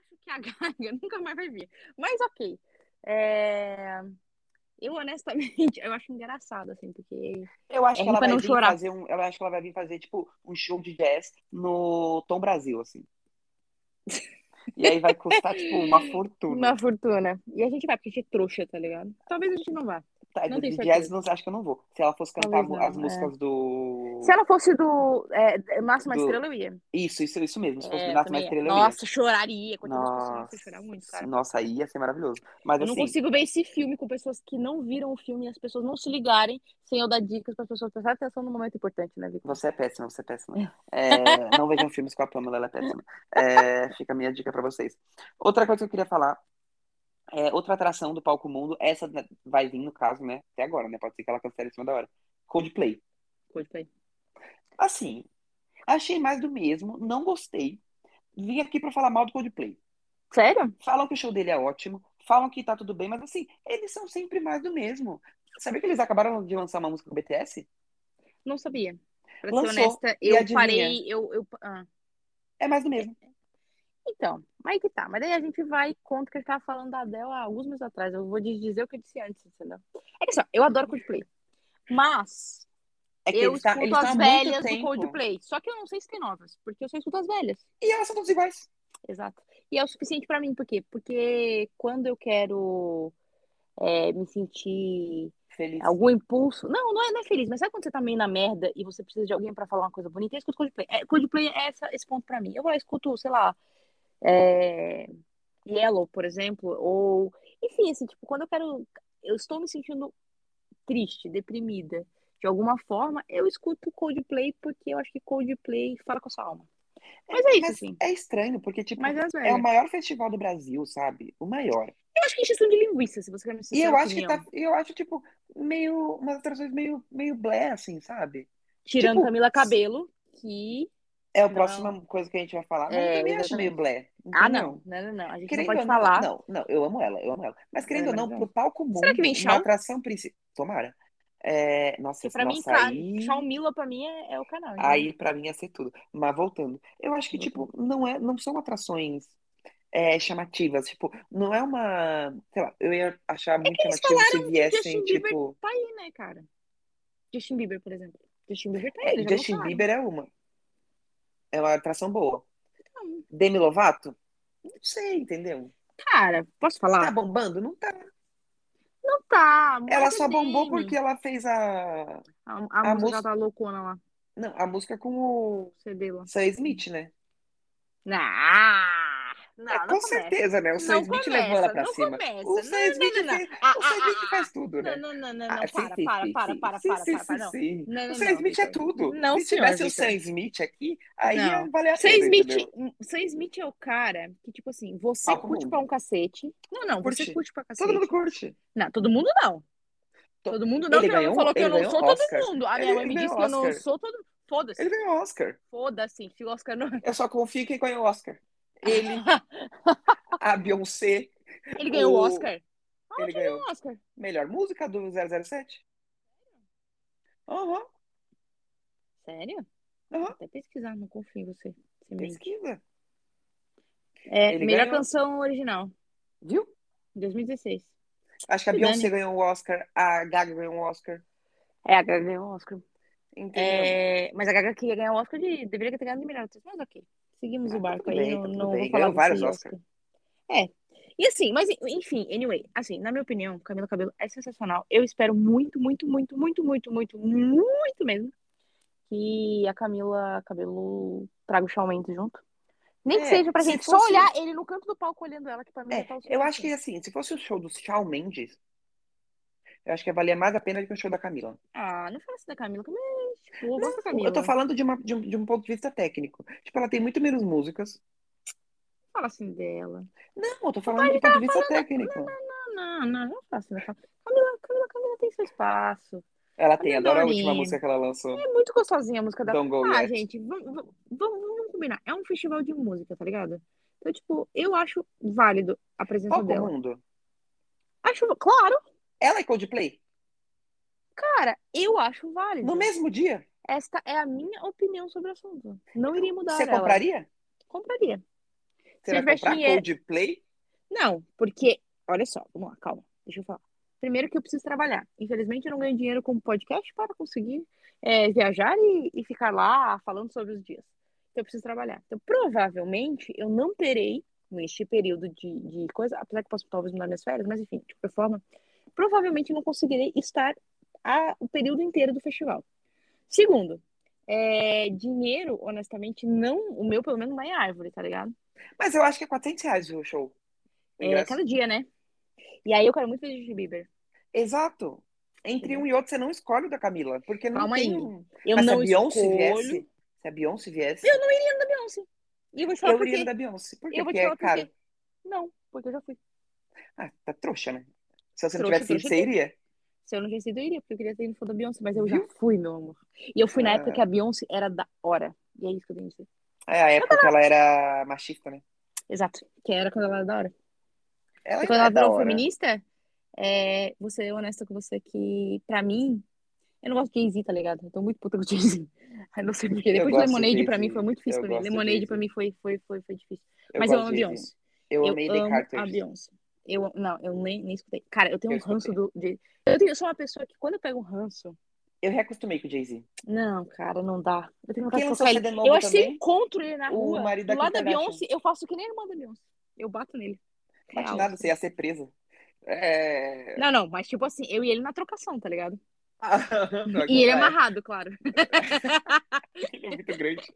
acho que a Gaga nunca mais vai vir. Mas ok. É, eu honestamente, eu acho engraçado, assim, porque
Eu acho
é
que
ruim
ela
pra
vai
não
vir
chorar.
fazer um, eu acho que ela vai vir fazer tipo um show de jazz no Tom Brasil assim. E aí vai custar tipo uma fortuna.
Uma fortuna. E a gente vai, porque a gente é trouxa, tá ligado? Talvez a gente não vá.
Tá,
Não
de
tenho
de
certeza. é.
jazz, não, acho que eu não vou. Se ela fosse cantar
Talvez
mu-
não,
as músicas do.
Se ela fosse do é, Máxima
Do-
Estrela, eu ia.
Isso, isso, isso mesmo. Se fosse
É,
do Nato
também
Mais
é.
Estrela, eu ia.
Nossa, choraria. Quantas
Nossa.
pessoas nossa, eu chorar muito, cara.
Nossa, aí ia ser maravilhoso. Mas
Eu não
assim,
consigo ver esse filme com pessoas que não viram o filme e as pessoas não se ligarem sem eu dar dicas para as pessoas prestarem atenção no momento importante, né, Vitor?
você é péssima, você é péssima. É, não vejam filmes com a Pamela, ela é péssima. É, fica a minha dica pra vocês. Outra coisa que eu queria falar. É, outra atração do Palco Mundo, essa né, vai vir no caso, né? Até agora, né? Pode ser que ela cancele em cima da hora. Coldplay.
Coldplay.
Assim, achei mais do mesmo, não gostei. Vim aqui pra falar mal do Coldplay.
Sério?
Falam que o show dele é ótimo, falam que tá tudo bem, mas assim, eles são sempre mais do mesmo. Sabia que eles acabaram de lançar uma música com o BTS?
Não sabia. Pra ser
Lançou.
honesta,
E
eu
adivinha?
parei. Eu, eu, ah.
É mais do mesmo.
Então, mas aí que tá. Mas daí a gente vai contra o que eu estava falando da Adele há alguns meses atrás. Eu vou dizer o que eu disse antes, entendeu? É que só, eu adoro Coldplay. Mas
É que
eu
eles tá-
escuto
eles tá
as
há muito
velhas do
tempo.
Coldplay. Só que eu não sei se tem novas, porque eu só escuto as velhas.
E elas são todas iguais.
Exato. E é o suficiente pra mim, por quê? Porque quando eu quero é, me sentir
Feliz.
algum impulso. Não, não é, não é feliz, mas sabe quando você tá meio na merda e você precisa de alguém pra falar uma coisa bonita? Eu escuto Coldplay. É, Coldplay é essa, esse ponto pra mim. Eu vou lá, escuto, sei lá, é, Yellow, por exemplo, ou. Enfim, assim, tipo, quando eu quero. Eu estou me sentindo triste, deprimida. De alguma forma, eu escuto Coldplay porque eu acho que Coldplay fala com a sua alma. Mas é isso, assim.
É estranho, porque, tipo,
Mas é as
é
velhas.
o maior festival do Brasil, sabe? O maior.
Eu acho que é questão de linguiça, se você quer me
E
dizer
eu
sua
acho que
opinião.
tá. Eu acho, tipo, meio. Umas atrações meio, meio blé, assim, sabe?
Tirando
tipo,
Camila Cabelo, que.
É a
Não.
próxima coisa que a gente vai falar. Mas
É,
eu também acho meio
exatamente.
blé.
Ah,
entendeu?
não. Não, não, não. A gente
Querendo
não
ou
pode
não,
falar.
não, não, eu amo ela, eu amo ela. Mas querendo
é
ou não,
maravilhosa.
pro palco mundo,
Será que vem
uma
Shawn?
atração principal. Tomara. É, nossa,
Porque pra mim, tá
nossa,
ca-
aí,
Shawn Mila, pra mim, é, é o canal. entendeu?
aí pra mim ia ser tudo. Mas voltando, eu acho que, tipo,
Uhum.
não, é, não são atrações é, chamativas. Tipo, não é uma. Sei lá, eu ia achar muito
É eles
chamativo se
falaram que Justin
viessem,
Bieber
tipo.
Tá aí, né, cara? Justin Bieber, por exemplo. Justin Bieber tá aí,
É,
eles já
Justin
lançaram.
Bieber é uma. É uma atração boa.
Então.
Demi Lovato? Não sei, entendeu?
Cara, posso
Tá
falar?
bombando? Não tá.
Não tá. a
Ela
música
só bombou
dele.
porque ela fez a.
A, a,
a
música
música-
tá loucona lá,
Não, a música com o
o CD lá.
Sam Smith, né?
Ah, não,
É,
não
com
começa.
certeza, né? O Sam
Não
Smith
começa,
levou ela pra
não
cima.
começa.
O
Não,
Sam
não,
Smith,
não, não.
fez-
Ah,
o
ah,
Sam Smith
ah,
faz tudo,
Não,
né?
não, não, não,
Ah,
não,
sim,
para,
sim,
para,
sim,
para,
sim,
para,
sim,
para,
sim,
para, para, não.
sim, sim.
Não, não,
O Sam
não,
Smith é
Vitor.
tudo.
Não,
Se
senhor,
tivesse o
Vitor.
Sam Smith aqui, aí
Não.
ia valer a
Sam
pena,
Smith,
Assim, entendeu?
Sam Smith é o cara que, tipo assim, você
Palco
curte
mundo.
pra um cacete. Não, não, você
Curte.
curte pra cacete.
Todo mundo curte.
Não, todo mundo não.
To-
Todo mundo não,
Ele
que minha mãe
ganhou- um?
falou que eu
ele
não
ganhou
sou
Oscar.
todo mundo. A minha
Ele
mãe me
ganhou
disse que eu não
Oscar.
sou todo mundo. Foda-se,
Ele ganhou Oscar.
foda-se, se Oscar não.
Eu só confio em quem ganhou Oscar. Ele, a Beyoncé,
Ele ganhou o
O-
Oscar. Ah,
ele ganhou
o Oscar.
melhor música do 007. Aham,
Sério?
Aham.
Vou até pesquisar, não confio em você. Você mente.
pesquisa.
É,
Ele
melhor
ganhou.
canção original,
Viu?
2016.
Acho que a
Se
Beyoncé
dane.
ganhou o Oscar, a Gaga ganhou o Oscar.
É, a Gaga
um
ganhou o Oscar.
Entendeu?
É, mas a Gaga queria ganhar o Oscar de. Deveria ter ganhado de melhor atriz, mas ok. Seguimos
Ah,
o barco
tudo
aí,
bem,
não,
tá tudo
não
bem.
vou falar
Ganhou vários
desse Oscar. É. E assim, mas enfim, anyway, assim, na minha opinião, Camila Cabello é sensacional. Eu espero muito, muito, muito, muito, muito, muito, muito mesmo que a Camila Cabello traga o Shawn Mendes junto. Nem que
É,
seja pra
se
gente só
fosse- um
olhar ele no canto do palco olhando ela, que pra mim
É,
já tá o
eu acho que
suficiente.
assim, se fosse o show do Shawn Mendes, eu acho que ia valer mais a pena do que o show da Camila.
Ah, não fala assim da Camila, Camila, é, tipo, eu gosto da
Eu tô
Camila.
falando de, uma- de um, de um ponto de vista técnico. Tipo, ela tem muito menos músicas.
Fala assim dela.
Não, eu tô falando de um ponto de vista técnico.
Não, não, não fala assim da Camila. Camila, Camila, Camila tem seu espaço.
Ela tem,
Mas,
adoro a
Dorinha,
última música que ela lançou.
É muito gostosinha a música da
Don't Go
Ah,
Yet.
gente, vamos, vamos- vamos- vamos combinar. É um festival de música, tá ligado? Então, tipo, eu acho válido a presença
Palco
dela.
é Mundo.
Acho, claro,
Ela e Coldplay?
cara, eu acho válido.
No mesmo dia?
Esta é a minha opinião sobre o assunto. Não iria mudar
Você
ela.
compraria?
Compraria.
Você
Se
vai
tivesse
comprar
dinheiro-
Coldplay?
Não, porque, olha só, vamos lá, calma, deixa eu falar. Primeiro que eu preciso trabalhar. Infelizmente, eu não ganho dinheiro com podcast para conseguir é, viajar e, e ficar lá falando sobre os dias. Então, eu preciso trabalhar. Então, provavelmente, eu não terei, neste período de, de coisa, apesar que eu posso talvez mudar minhas férias, mas enfim, de qualquer forma, provavelmente não conseguirei estar a, o período inteiro do festival. Segundo, é, dinheiro, honestamente, não. O meu, pelo menos, vai em árvore, tá ligado?
Mas eu acho que é 400 reais o show. O
É,
ingresso.
cada dia, né? E aí eu quero muito ver Justin Bieber.
Exato. Entre um e outro, você não escolhe o da Camila, porque não
Calma
tem... um.
aí. Eu
Mas se a
não
Beyoncé
escolho.
viesse, se a Beyoncé viesse,
Eu não iria no da Beyoncé. E eu vou te falar
eu
por
iria
quê.
no da Beyoncé. Por quê?
Eu vou
Porque
te falar
é
por
caro.
quê. Não, porque eu já fui.
Ah, tá trouxa, né? Se você não
Trouxa,
tivesse ido,
trouxa,
você iria?
Se eu não tivesse ido, eu iria, porque eu queria ter ido no show da Beyoncé, mas eu já fui, meu amor. E eu fui na
Ah.
época que a Beyoncé era da hora. E é isso que eu tenho que dizer.
É a época que ela era machista, né?
Exato. Que era quando ela era da hora.
Ela
E quando ela
é da
virou
hora.
feminista, é, vou ser honesta com você que, pra mim, eu não gosto de Jay-Z, tá ligado? Eu tô muito puta com o Jay-Z. Ai, não sei porquê. Depois de
gosto de
Lemonade, pra
Jay-Z.
mim, foi muito difícil
Eu
pra mim.
gosto de
Lemonade,
Jay-Z.
pra mim, foi, foi, foi, foi difícil.
Eu
mas eu
gosto
amo
de Jay-Z.
Beyoncé.
Eu
Eu
amei The
amo
Carter.
a Beyoncé. Eu, am- não, eu nem, nem escutei. Cara, eu tenho
Eu
um ranço do. de- Eu, tenho, eu sou uma pessoa que quando eu pego um ranço.
Eu reacostumei com o Jay-Z.
Não, cara, não dá. Eu tenho vontade
Quem
de
lançou o
colocar ele.
CD novo
tá Eu acho que se eu
também?
encontro ele na
O
rua,
marido
do
da
lado da
Kim Kardashian.
Beyoncé, eu faço que nem a irmã da Beyoncé. Eu bato nele.
Bate
Real,
nada,
assim.
você ia ser presa. É...
Não, não, mas tipo assim, eu e ele na trocação, tá ligado?
Ah, Pior que
E ele é
ela
amarrado, claro.
Ele é muito grande.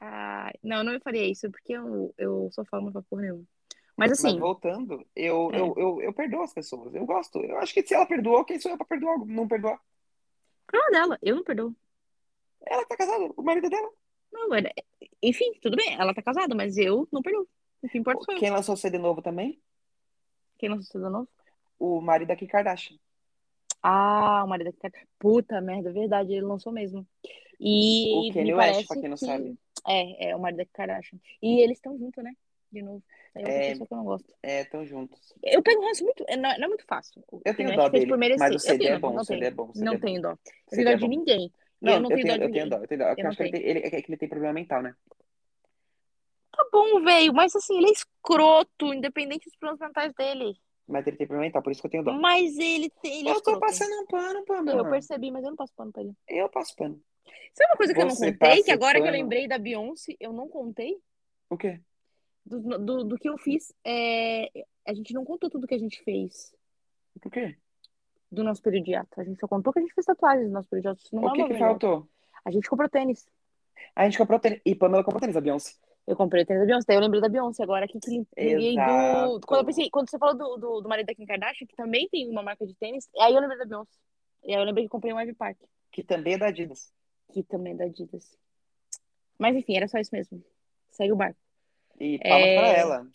Ai, não, não me faria isso, porque eu, eu sou fama pra porra nenhuma. Mas assim,
Mas voltando, eu,
É.
eu, eu, eu perdoo as pessoas. Eu gosto. Eu acho que se ela perdoou, quem sou eu pra perdoar? Não perdoar?
problema dela, eu não perdoo.
Ela tá casada, o marido é dela.
Não, era- Enfim, tudo bem, ela tá casada, mas eu não perdoo. O que importa foi eu.
Quem lançou o CD novo também?
Quem lançou o CD novo?
O marido da Kim Kardashian.
Ah, o marido da Kim Kardashian. Puta merda, é verdade, ele lançou mesmo. E
O Kanye
me
West,
parece
pra quem não
que-
sabe.
É, é o marido da Kim Kardashian. E eles estão juntos, né? De novo. É outra
É.
pessoa que eu não gosto.
É, tão juntos.
Eu pego ranço muito. é, Não é, não é muito fácil. O
Eu tenho
Kanye
dó
West fez
dele,
por merecer.
mas o
Eu
CD
tenho,
é bom,
não
o CD é
tenho.
bom, o CD
Não
é bom.
tenho dó.
O
Eu tenho
CD
dó
é
de
bom.
ninguém.
Não,
eu não
eu
tenho dó de
eu tenho
ninguém.
dó, eu tenho dó. Eu,
Eu não
acho que ele tem, ele, é que ele tem problema mental, né?
Tá bom, velho. Mas assim, ele é escroto, independente dos problemas mentais dele.
Mas ele tem problema mental, por isso que eu tenho dó.
Mas ele, tem- Hum, ele é
eu tô
escroto.
passando um pano, Pamela.
Eu percebi, mas eu não passo pano pra ele.
Eu passo pano.
Sabe uma coisa que eu não
Você tá
contei? Que
passa
agora que eu
pano?
lembrei da Beyoncé, eu não contei
O quê?
do, do, do que eu fiz. É... A gente não contou tudo que a gente fez
O quê?
do nosso período de ato. A gente só contou que a gente fez tatuagens do nosso período de ato. Isso não
O
é
que
uma
que
verdade.
faltou?
A gente comprou tênis.
A gente comprou tênis. E Pamela comprou tênis, a Beyoncé.
Eu comprei o tênis da Beyoncé, daí eu lembrei da Beyoncé agora aqui que liguei do.
Exato.
Quando eu pensei, quando você falou do, do, do marido da Kim Kardashian, que também tem uma marca de tênis, aí eu lembrei da Beyoncé. E aí eu lembrei que eu comprei um Ivy Park,
Que também é da Adidas.
que também é da Adidas. Mas enfim, era só isso mesmo. Segue o barco.
E palmas
É.
pra ela.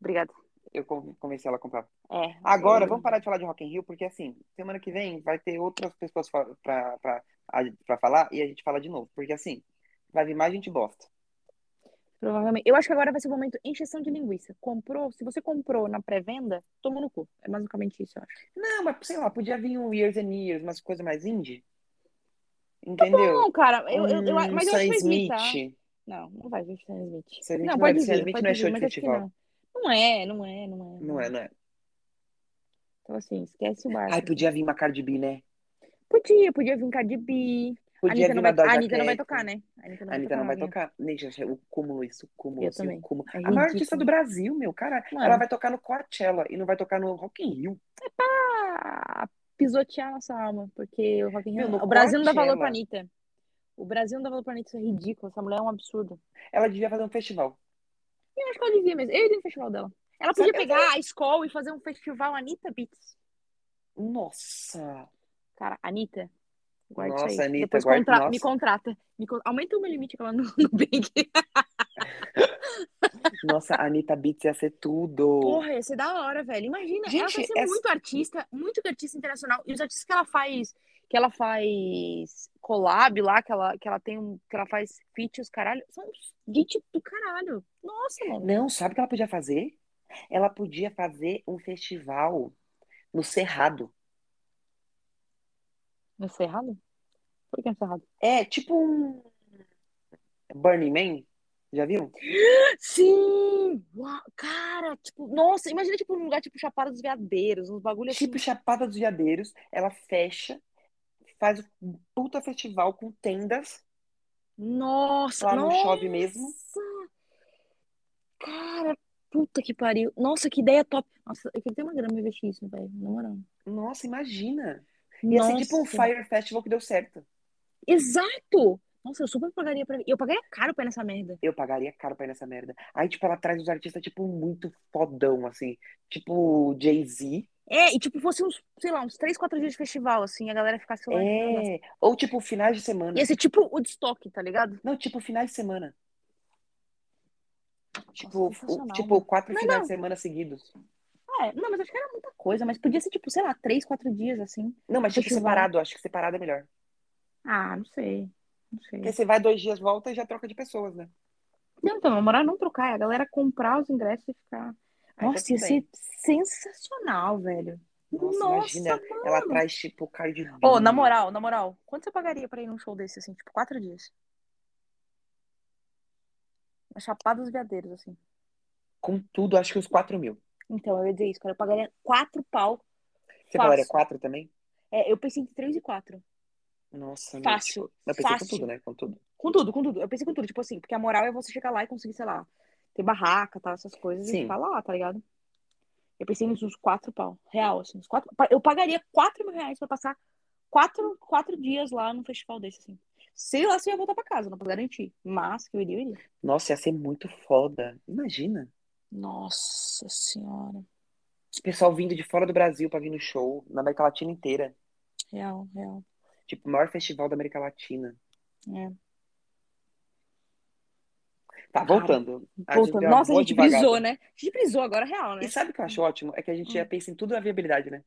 Obrigada.
Eu con- convenci ela a comprar.
É.
Agora,
eu-
vamos parar de falar de Rock in Rio, porque assim, semana que vem vai ter outras pessoas fa- pra, pra, a- pra falar e a gente fala de novo. Porque assim, vai vir mais gente bosta.
Provavelmente. Eu acho que agora vai ser o momento encheção de linguiça. Comprou, se você comprou na pré-venda, toma no cu. É basicamente isso, eu acho.
Não, mas sei lá, podia vir um Years and Years, umas coisas mais indie. Entendeu?
Não, cara, Tá eu, eu, eu,
Um
mas eu acho
Sam
que vai vir,
Smith.
tá? Não, não vai vir Sam Smith.
Sam Smith
não,
não
pode
vai vir, Sam
vir,
Smith
pode
não é
vir,
show de
mas acho que
festival.
não. Não é, não é, não é.
Não é, não é?
Então, assim, esquece o barco.
Ai, podia vir uma Cardi B, né?
Podia, podia vir Cardi B. A
Podia
Anitta
vir
não
uma
vai,
Doja
a Anitta não vai
Cat.
tocar, né? A Anitta
A
não vai
Anitta não vai
né?
tocar. Nem gente, é o cúmulo isso, o cúmulo
Eu
isso,
também.
o cúmulo.
É
a maior
ridículo. é.
artista do Brasil, meu, cara,
Mano.
ela vai tocar no Coachella e não vai tocar no Rock in Rio.
Ah, pisotear nossa alma, porque o Rock in Rio-
Meu, no
O Brasil não dá valor
Coachella.
pra Anitta. O Brasil não dá valor pra Anitta, isso é ridículo. Essa mulher é um absurdo.
Ela devia fazer um festival.
Eu acho que ela devia mesmo. Eu iria no festival dela. Ela podia
Sabe, eu
pegar a escola e fazer um festival Anitta Beats.
Nossa!
Cara, Anitta. Guarda
Nossa,
isso aí.
Anitta,
Depois
guarda-
contra-
nossa.
me contrata. Me con- Aumenta o meu limite que ela no, no Big.
Nossa, a Anitta Beats ia ser tudo.
Porra, ia ser da hora, velho. Imagina, ela vai
Gente,
ser
essa-
muito artista, muito artista internacional. E os artistas que ela faz, que ela faz collab lá, que ela, que ela tem um, que ela faz feat, os caralho, são gente do caralho. Nossa, mano.
Não, sabe o que ela podia fazer? Ela podia fazer um festival no Cerrado.
Não foi errado? Por que não foi errado?
É, tipo um Burning Man. Já viu?
Sim! Uau, cara, tipo, nossa, imagina tipo num lugar tipo Chapada dos Veadeiros, uns bagulho assim.
Tipo Chapada dos Veadeiros, ela fecha, faz um puta festival com tendas.
Nossa,
Lá não
nossa.
chove mesmo.
Cara, Puta que pariu. Nossa, que ideia top. Nossa, eu queria ter uma grana pra investir isso, velho. Na moral.
Nossa, imagina. Ia ser tipo um
Nossa.
Fire Festival que deu certo.
Exato! Nossa, eu super pagaria pra. Eu pagaria caro pra ir nessa merda.
Eu pagaria caro pra ir nessa merda. Aí, tipo, ela traz uns artistas, tipo, muito fodão, assim. Tipo, Jay-Z.
É, e tipo, fosse uns, sei lá, uns três, quatro dias de festival, assim, a galera ficasse lá.
É. Ou, tipo, finais de semana.
Ia ser tipo o destoque, tá ligado?
Não, tipo, finais de semana. Tipo,
Nossa, sensacional, né?
tipo quatro
Mas
finais
não.
de semana seguidos.
É, não, mas acho que era muita coisa, mas podia ser, tipo, sei lá, três, quatro dias, assim.
Não, mas tipo
Festival.
separado, acho que separado é melhor.
Ah, não sei. Não sei.
Porque você vai dois dias, volta e já troca de pessoas, né?
Não, então, na moral, não trocar, é a galera comprar os ingressos e ficar.
Aí tá
Nossa, ia
tudo
ser
bem.
sensacional, velho.
Nossa, imagina,
mano.
Ela traz, tipo, Cardi B.
Ô, na moral, na moral, quanto você pagaria pra ir num show desse, assim, tipo, quatro dias? Na Chapada dos Veadeiros, assim.
Com tudo, acho que uns 4 mil.
Então, eu ia dizer isso, cara. Eu pagaria quatro pau.
Você
Fácil.
falaria 4 também?
É, eu pensei em três e quatro.
Nossa, meu.
Fácil.
Eu pensei
fácil.
com tudo, né? Com tudo.
Com tudo, com tudo. Eu pensei com tudo, tipo assim, porque a moral é você chegar lá e conseguir, sei lá, ter barraca, tal, essas coisas e
Sim.
ficar lá, tá ligado? Eu pensei nos uns quatro pau, real, assim, uns quatro. Eu pagaria quatro mil reais pra passar quatro, quatro dias lá num festival desse, assim. Sei lá se eu ia voltar pra casa, não posso garantir. Mas que eu iria, eu iria.
Nossa, ia ser muito foda. Imagina.
Nossa senhora.
Esse pessoal vindo de fora do Brasil pra vir no show, na América Latina inteira.
Real, real.
Tipo, o maior festival da América Latina.
É.
Tá, voltando. A gente
Voltando.
já
Nossa, a
voa
gente
devagar.
brisou, né? A gente brisou agora, real, né? Hum.
E sabe o que eu acho ótimo? É que a gente já pensa em tudo na viabilidade, né?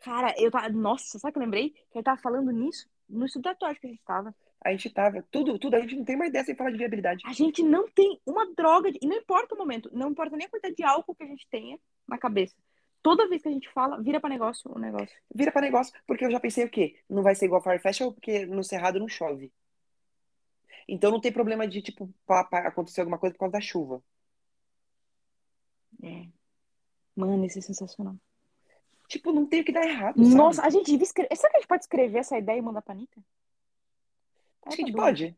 Cara, eu tava. Nossa, sabe que eu lembrei? Que eu tava falando nisso no estudo da Torte que a gente tava.
A gente tava. Tudo, tudo, a gente não tem uma ideia sem falar de viabilidade.
A gente não tem uma droga, de- e não importa o momento, não importa nem a quantidade de álcool que a gente tenha na cabeça. Toda vez que a gente fala, vira pra negócio o negócio.
Vira pra negócio, porque eu já pensei o quê? Não vai ser igual a Fire Festival, porque no Cerrado não chove. Então não tem problema de, tipo, pa- pa- acontecer alguma coisa por causa da chuva.
É. Mano, isso é sensacional.
Tipo, não tem o que dar errado, sabe?
Nossa, a gente devia escrever. Será que a gente pode escrever essa ideia e mandar pra Anitta?
Acho que a gente
tá doido.
pode.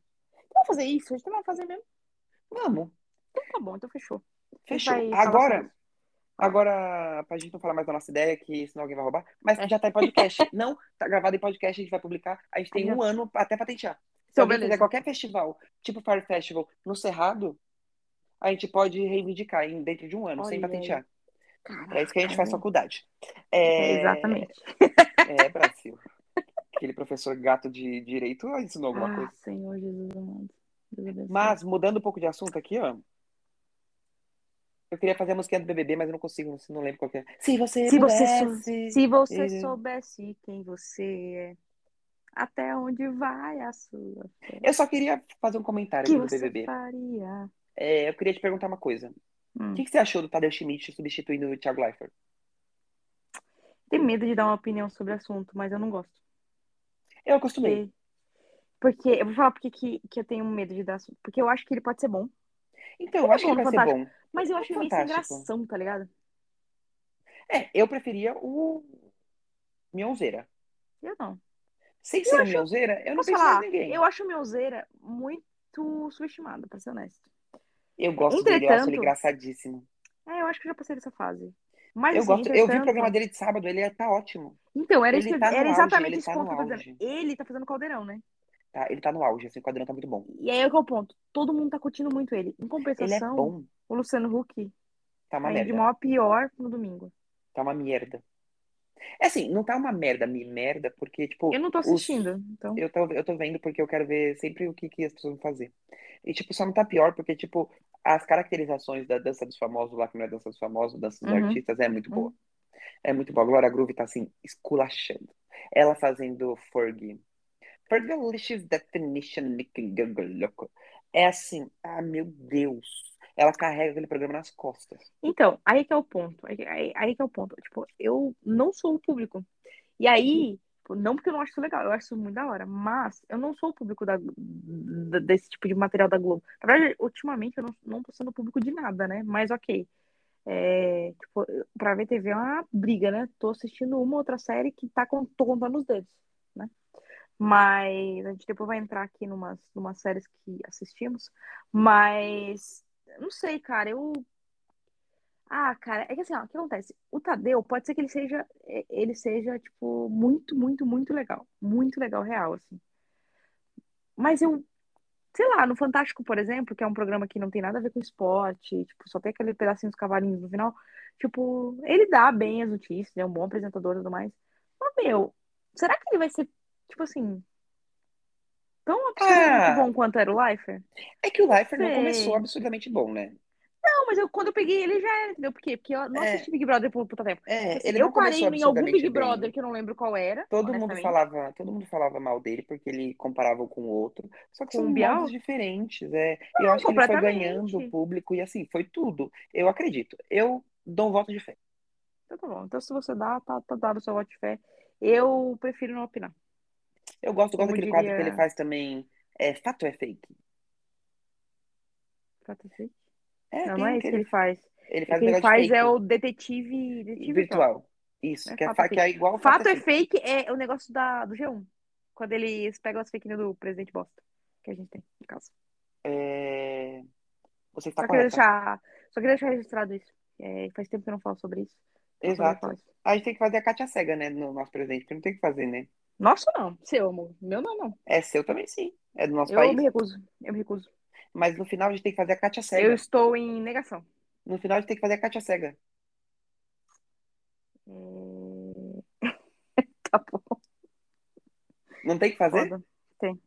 Vamos fazer isso, a gente não vai fazer mesmo.
Vamos.
Então tá bom, então fechou.
Fechou.
vai falar sobre
Agora, agora, pra gente não falar mais da nossa ideia, que senão alguém vai roubar, mas
É.
já tá em podcast. Não, tá gravado em podcast, a gente vai publicar. A gente tem
Aí, tá. ó.
um ano até patentear. Se
Então,
alguém
beleza.
fizer qualquer festival, tipo Fire Festival, no Cerrado, a gente pode reivindicar em, dentro de um ano, sem
Olha aí.
patentear.
Caraca,
É isso que a gente faz
velho.
faculdade. É,
Exatamente.
É, Brasil. Aquele professor gato de direito ensinou alguma
Ah,
coisa.
Senhor Jesus amado. Deus abençoe.
Mas, mudando um pouco de assunto aqui, ó. Eu queria fazer a musiquinha do BBB, mas eu não consigo, não- não lembro qual que é. Se você
Se você
pudesse...
Se você
Eh.
soubesse quem você é, até onde vai a sua fé,
Eu só queria fazer um comentário
que
aqui do
você
BBB.
faria?
É, eu queria te perguntar uma coisa.
Hum.
O que, que você achou do Tadeu Schmidt substituindo o Thiago Leifert?
Tenho medo de dar uma opinião sobre o assunto, mas eu não gosto.
Eu acostumei.
Porque, porque eu vou falar porque que, que eu tenho medo de dar assunto. Porque eu acho que ele pode ser bom,
Então, eu
tá
acho que
bom,
vai ser
fantástico.
bom.
mas eu acho ele meio sem
É Fantástico.
gração, tá ligado?
É, eu preferia o Mionzeira.
Eu não.
Sem
Eu
ser o
acho-
Mionzeira, eu não
Posso
penso mais
falar?
em ninguém.
Eu acho o Meuzeira muito subestimado, pra ser honesto.
Eu gosto dele, eu acho ele
Entretanto-
engraçadíssimo.
É, eu acho que eu já passei dessa fase. Mas,
Eu
assim,
gosto, eu vi o
entretanto-
programa dele de sábado, ele é- tá ótimo.
Então, era, isso
Ele
que-
tá no
era
auge,
exatamente
ele
esse
tá
ponto
no
que eu tô dizendo.
auge.
Ele tá fazendo caldeirão, né?
Tá, ele tá no auge, assim, o quadrão tá muito bom.
E aí é que é o ponto. Todo mundo tá curtindo muito ele. Em
Ele é
compensação,
bom,
o Luciano Huck
tá uma
tá indo de
merda.
maior a pior no domingo.
Tá uma merda. É assim, não tá uma merda, me merda, porque, tipo,
Eu não tô
os-
assistindo, então.
eu tô, eu tô vendo porque eu quero ver sempre o que, que as pessoas vão fazer. E, tipo, só não tá pior, porque, tipo, as caracterizações da dança dos famosos lá, que não é dança dos famosos, dança dos
Uhum.
artistas, é muito
Uhum.
boa. É muito boa. Glória Groove tá, assim, esculachando. Ela fazendo Fergie. é Fergalicious Definition Nickel Louco. É assim, ah, meu Deus. Ela carrega aquele programa nas costas.
Então, aí que é o ponto. Aí, aí, aí que é o ponto. Tipo, eu não sou o público. E aí, tipo, não porque eu não acho isso legal, eu acho isso muito da hora, mas eu não sou o público da, da- desse tipo de material da Globo. Na verdade, ultimamente eu não, não tô sendo público de nada, né? Mas ok. É, tipo, eu- pra ver TV é uma briga, né? Tô assistindo uma outra série que tá com, tô contando os dedos, né? Mas a gente depois vai entrar aqui numas, numas séries que assistimos. Mas, não sei, cara, eu Ah, cara, é que assim, ó, o que acontece? O Tadeu pode ser que ele seja, é, ele seja, tipo, muito, muito, muito legal. Muito legal, real, assim. Mas eu, sei lá, no Fantástico, por exemplo, que é um programa que não tem nada a ver com esporte, tipo, só tem aquele pedacinho dos cavalinhos no final. Tipo, ele dá bem as notícias, é um bom apresentador e tudo mais. Mas, meu, será que ele vai ser, tipo assim, tão absurdamente
Ah.
bom quanto era o Leifert?
É que o Leifert não
Sei.
começou absurdamente bom, né?
Não, mas eu, quando eu peguei ele já era, entendeu? Por quê? Porque eu não
É.
assisti Big Brother por puta tempo.
É,
Assim,
ele
eu
não começou
parei em algum
absurdamente bem.
Big Brother que eu não lembro qual era.
Todo mundo
honestamente.
falava, todo mundo falava mal dele porque ele comparava um com o outro, só que
Com o
são
Bial?
modos diferentes, é. E eu acho que ele foi
completamente.
ganhando o público e assim, foi tudo. Eu acredito. Eu dou um voto de fé.
Então tá bom. Então se você dá, tá, tá dado o seu voto de fé. Eu prefiro não opinar.
Eu gosto, gosto
Como
daquele
diria-
quadro que ele faz também. É, fato é fake.
Tá tudo certo?
É, tem
Não, não é
um que
isso que
ele,
ele faz.
ele
O
faz
que
um
ele
negócio de
faz é
fake
o detetive, detetive virtual.
virtual. Isso,
É
que é,
fato
fa-
é
que é igual ao
Fato é
fake.
fake é o negócio da, do G1. Quando eles pegam as fake news do presidente Bosta. Que a gente tem, no caso.
É, Você está
só, queria
correta.
deixar, só queria deixar registrado isso. É, faz tempo que eu não falo sobre isso. Então, só queria
Exato.
falar isso.
A gente tem que fazer a Cátia cega, né? No nosso presente, porque não tem o que fazer, né?
Nossa, não. Seu, amor. Meu não, não.
É seu também, sim. É do nosso
Eu
país.
me recuso. Eu me recuso.
Mas no final a gente tem que fazer a Cátia cega.
Eu estou em negação.
No final a gente tem que fazer a Cátia cega.
Hum, Tá bom.
Não tem que fazer?
Foda. Tem.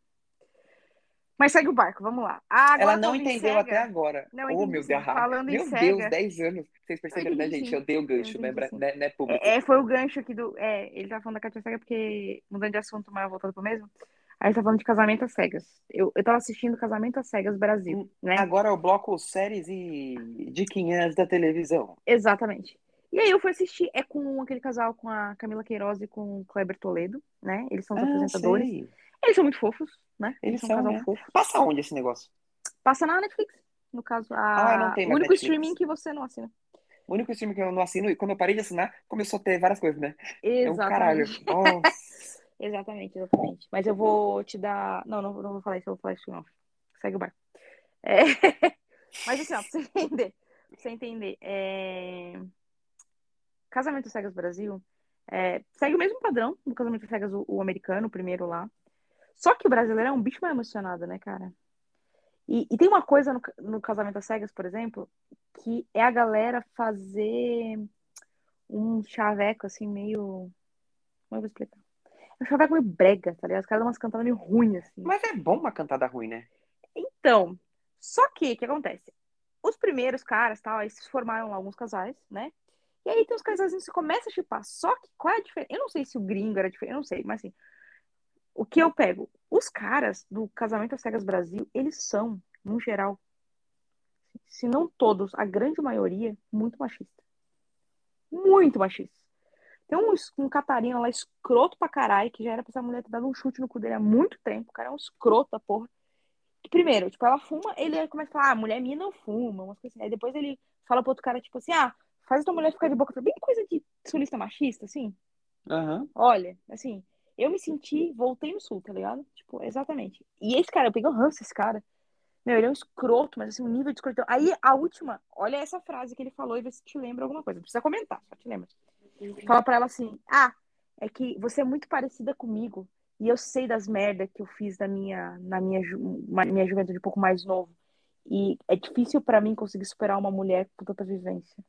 Mas segue o barco, vamos lá. Ah, agora
Ela não
falando em
entendeu
cega-
até agora.
Não,
oh,
entendi
meu
sim.
Deus.
Falando em
Meu
cega-
Deus, 10 anos. Vocês perceberam, né,
entendi
gente?
sim.
Eu dei o gancho,
Eu
né?
entendi
Bra-
sim.
Né, né, público?
É, é, foi o gancho aqui do. É, ele tá falando da Katia Cega porque, mudando de assunto, mas voltando pro mesmo. Aí ele tá falando de casamento às cegas. Eu, eu tava assistindo Casamento às Cegas
Hum,
Brasil, né?
Agora eu bloco séries e diquinhas da televisão.
Exatamente. E aí eu fui assistir, é com aquele casal com a Camila Queiroz e com o Kleber Toledo, né? Eles são os
Ah,
apresentadores.
sei.
Eles são muito fofos, né?
Eles
um
são,
casal
né?
fofo.
Passa onde esse negócio?
Passa na Netflix, no caso, a...
Ah, não tem
o
mais
único
Netflix.
streaming que você não assina.
O único stream que eu não assino, e quando eu parei de assinar, começou a ter várias coisas, né? É um caralho.
Exatamente.
Nossa.
Exatamente, exatamente. Mas eu vou te dar. Não, não, não vou falar isso, eu vou falar isso não. Segue o barco. É... Mas assim, ó, pra você entender. Pra você entender. é, Casamento às Cegas Brasil é, segue o mesmo padrão do Casamento às Cegas, o, o americano, o primeiro lá. Só que o brasileiro é um bicho mais emocionado, né, cara? E, e tem uma coisa no, ca- no Casamento às Cegas, por exemplo, que é a galera fazer um chaveco, assim, meio. Como eu vou explicar? É um chaveco meio brega, tá ligado? Os caras dão umas cantadas meio ruins, assim.
Mas é bom uma cantada ruim, né?
Então, só que o que acontece? Os primeiros caras, tal, eles se formaram lá alguns casais, né? E aí tem os casais que começa a chipar. Só que qual é a diferença? Eu não sei se o gringo era diferente, eu não sei, mas assim, o que eu pego? Os caras do Casamento às Cegas Brasil, eles são, no geral, se não todos, a grande maioria, muito machista. Muito machista. Tem um, es- um catarina lá escroto pra caralho, que já era pra essa mulher ter dado um chute no cu dele há muito tempo. O cara é um escroto da porra. Que primeiro, tipo, ela fuma, ele começa a falar, ah, mulher minha não fuma, umas coisas assim. Aí depois ele fala pro outro cara, tipo assim, ah, faz tua mulher ficar de boca. pra-" Bem coisa de sulista machista, assim.
Aham.
Olha, assim, eu me senti, voltei no sul, tá ligado? Tipo, exatamente. E esse cara, eu peguei o ranço esse cara. Meu, ele é um escroto, mas assim, um nível de escrotão. Aí a última, olha essa frase que ele falou e vê se te lembra alguma coisa. Não precisa comentar, só te lembra. Fala pra ela assim: Ah, é que você é muito parecida comigo. E eu sei das merdas que eu fiz na minha, na minha, ju- ma- minha juventude um pouco mais novo. E é difícil pra mim conseguir superar uma mulher com tanta vivência.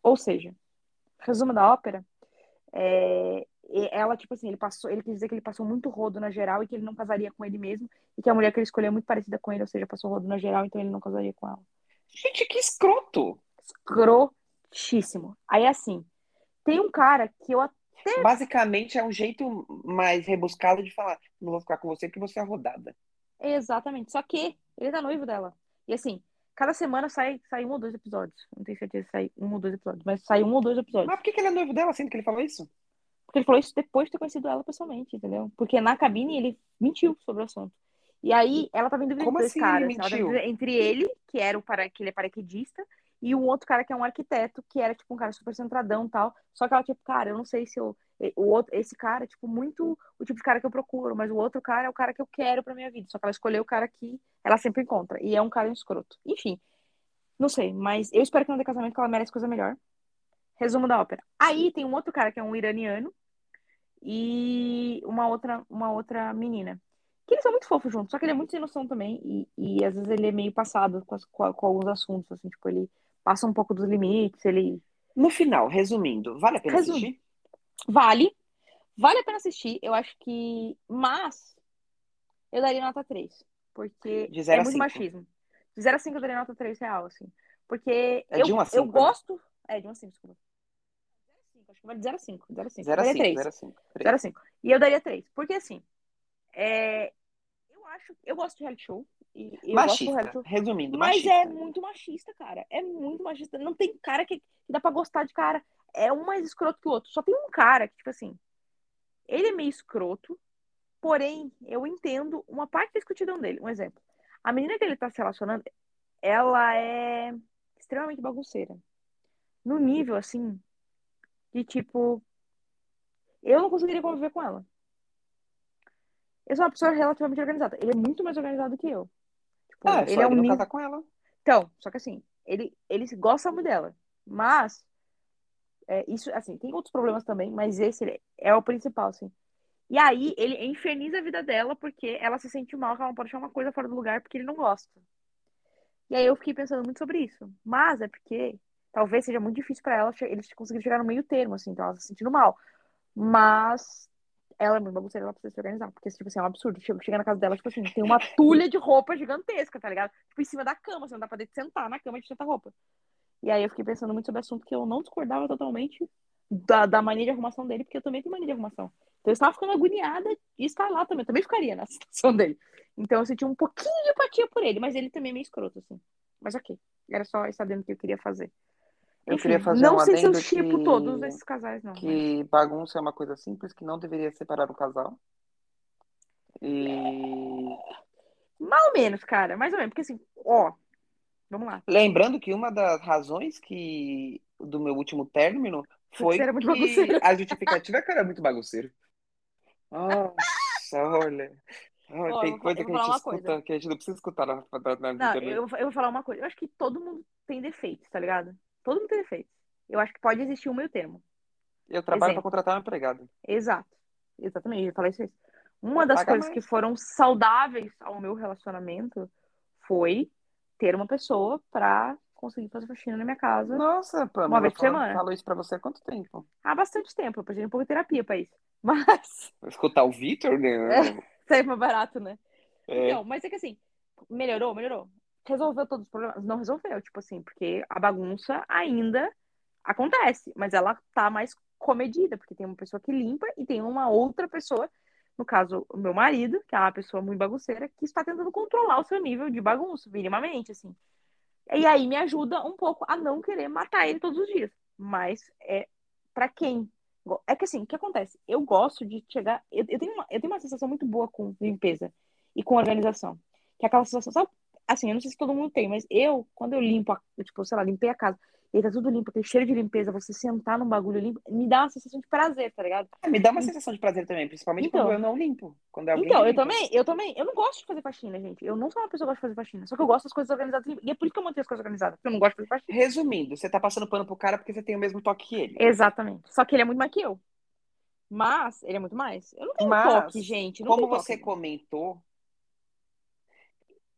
Ou seja, resumo da ópera, é, e ela, tipo assim, ele passou, ele quis dizer que ele passou muito rodo na geral e que ele não casaria com ele mesmo, e que a mulher que ele escolheu é muito parecida com ele, ou seja, passou rodo na geral, então ele não casaria com ela.
Gente, que escroto!
Escrotíssimo. Aí assim, tem um cara que eu
Basicamente é um jeito mais rebuscado de falar: não vou ficar com você porque você é rodada.
Exatamente. Só que ele tá noivo dela. E assim, cada semana sai, sai um ou dois episódios. Não tenho certeza se sai um ou dois episódios, mas sai um ou dois episódios.
Mas por que que ele é noivo dela, sendo que ele falou isso?
Porque ele falou isso depois de ter conhecido ela pessoalmente, entendeu? Porque na cabine ele mentiu sobre o assunto. E aí ela tava em dúvida
Como
entre dois
assim ele
caras. Ela tava em
mentiu?
dúvida entre ele, que era o para... que ele é paraquedista, e um outro cara que é um arquiteto, que era tipo um cara super centradão e tal. Só que ela, tipo, cara, eu não sei se eu. O outro, esse cara, é, tipo, muito o tipo de cara que eu procuro, mas o outro cara é o cara que eu quero pra minha vida. Só que ela escolheu o cara que ela sempre encontra. E é um cara escroto. Enfim. Não sei, mas eu espero que não dê casamento, que ela merece coisa melhor. Resumo da ópera. Aí tem um outro cara que é um iraniano e uma outra, uma outra menina. Que eles são muito fofos juntos, só que ele é muito sem noção também. E, e às vezes ele é meio passado com, as- com a- com alguns assuntos, assim, tipo, ele passa um pouco dos limites, ele.
No final, resumindo, vale a pena
Resumo.
assistir?
Vale. Vale a pena assistir, eu acho que. Mas eu daria nota 3. Porque
De
é
zero a
muito
cinco.
machismo. De 0 a 5 eu daria nota 3 real, assim. Porque
É
eu,
de um a
eu
cinco, né?
gosto. É, de 1 a 5, desculpa. 0 a 5, acho que vale de 0 a 5. 0 a 5.
0 a
daria
5,
3.
0 é a 5.
0 a 5. E eu daria 3. Porque assim. É, eu acho. Eu gosto de reality show. E eu gosto do reality
Machista, né?
show.
resumindo,
Mas
machista.
é muito machista, cara. É muito machista. Não tem cara que, que dá pra gostar de cara. É um mais escroto que o outro. Só tem um cara que, tipo assim, ele é meio escroto, porém, eu entendo uma parte da escrotidão dele. Um exemplo. A menina que ele tá se relacionando, ela é extremamente bagunceira. No nível, assim, de tipo. Eu não conseguiria conviver com ela. Eu sou uma pessoa relativamente organizada. Ele é muito mais organizado que eu. Tipo,
Ah, é só ele não
ni-
casar com ela.
então, só que assim, ele, ele gosta muito dela. Mas, é, isso, assim, tem outros problemas também, mas esse ele é o principal, assim. E aí, ele inferniza a vida dela porque ela se sente mal, que ela não pode achar uma coisa fora do lugar porque ele não gosta. E aí eu fiquei pensando muito sobre isso. Mas é porque talvez seja muito difícil pra ela che- eles conseguirem chegar no meio termo, assim, então ela tá se sentindo mal. Mas ela é muito bagunceira, ela precisa se organizar. Porque, tipo assim, é um absurdo. Chega, chega na casa dela, tipo assim, tem uma tulha de roupa gigantesca, tá ligado? Tipo, em cima da cama, você não dá pra dentro sentar na cama de tanta roupa. E aí eu fiquei pensando muito sobre o assunto, que eu não discordava totalmente da, da mania de arrumação dele, porque eu também tenho mania de arrumação. Então eu estava ficando agoniada de estar lá também. Eu também ficaria na situação dele. Então eu senti um pouquinho de empatia por ele, mas ele também é meio escroto, assim. Mas ok. Era só estar dentro do que eu queria fazer.
Eu
Enfim,
queria fazer
não
um
sei se eu
adendo
tipo
que-
todos esses casais, não. mas-
Que bagunça é uma coisa simples que não deveria separar o casal. E
Mais ou menos, cara. Mais ou menos. Porque assim, ó. Vamos lá.
lembrando que uma das razões que do meu último término foi
Você era muito
que
bagunceiro.
a justificativa é que eu era muito bagunceiro. Nossa, olha. Olha,
Ó, eu
tem
vou-
coisa
eu
que
vou
a gente
falar uma
escuta,
coisa.
que a gente não precisa escutar na, na, na
Não,
vida, né?
eu, eu vou falar uma coisa. Eu acho que todo mundo tem defeitos, tá ligado? Todo mundo tem defeitos. Eu acho que pode existir um meio termo.
Eu trabalho
Exemplo.
para contratar um empregado.
Exato. Exatamente, eu ia falar isso. aí. Uma das
Paga
coisas
mais.
que foram saudáveis ao meu relacionamento foi ter uma pessoa pra conseguir fazer faxina na minha casa
Nossa, Pamela,
Uhum. vez por
fala-
semana.
falo isso para você há quanto tempo?
há bastante tempo. Eu precisei de um pouco de terapia pra isso. Mas
Escutar o Vitor, né?
saiu mais barato, né?
É.
Então, mas é que assim, melhorou, melhorou. Resolveu todos os problemas? Não resolveu, tipo assim, porque a bagunça ainda acontece, mas ela tá mais comedida, porque tem uma pessoa que limpa e tem uma outra pessoa, no caso, o meu marido, que é uma pessoa muito bagunceira, que está tentando controlar o seu nível de bagunça, minimamente, assim. E aí me ajuda um pouco a não querer matar ele todos os dias. Mas é pra quem? go- É que assim, o que acontece? Eu gosto de chegar. Eu, eu tenho uma, eu tenho uma sensação muito boa com limpeza e com organização. Que é aquela sensação, sabe? Assim, eu não sei se todo mundo tem, mas eu, quando eu limpo, a, eu, tipo, sei lá, limpei a casa, e aí tá tudo limpo, aquele cheiro de limpeza, você sentar num bagulho limpo, me dá uma sensação de prazer, tá ligado?
Me dá uma sensação de prazer também, principalmente
Então.
quando eu não limpo. Quando é alguém
Então,
que
eu
limpa.
também, eu também, eu não gosto de fazer faxina, gente. Eu não sou uma pessoa que gosta de fazer faxina, só que eu gosto das coisas organizadas. limpas. E é por isso que eu mantenho as coisas organizadas, porque eu não gosto de fazer faxina.
Resumindo, você tá passando pano pro cara porque você tem o mesmo toque que ele.
Exatamente. Só que ele é muito mais que eu. Mas, ele é muito mais. Eu não tenho
Mas,
toque, gente. Não
Como
tenho
você
toque.
comentou,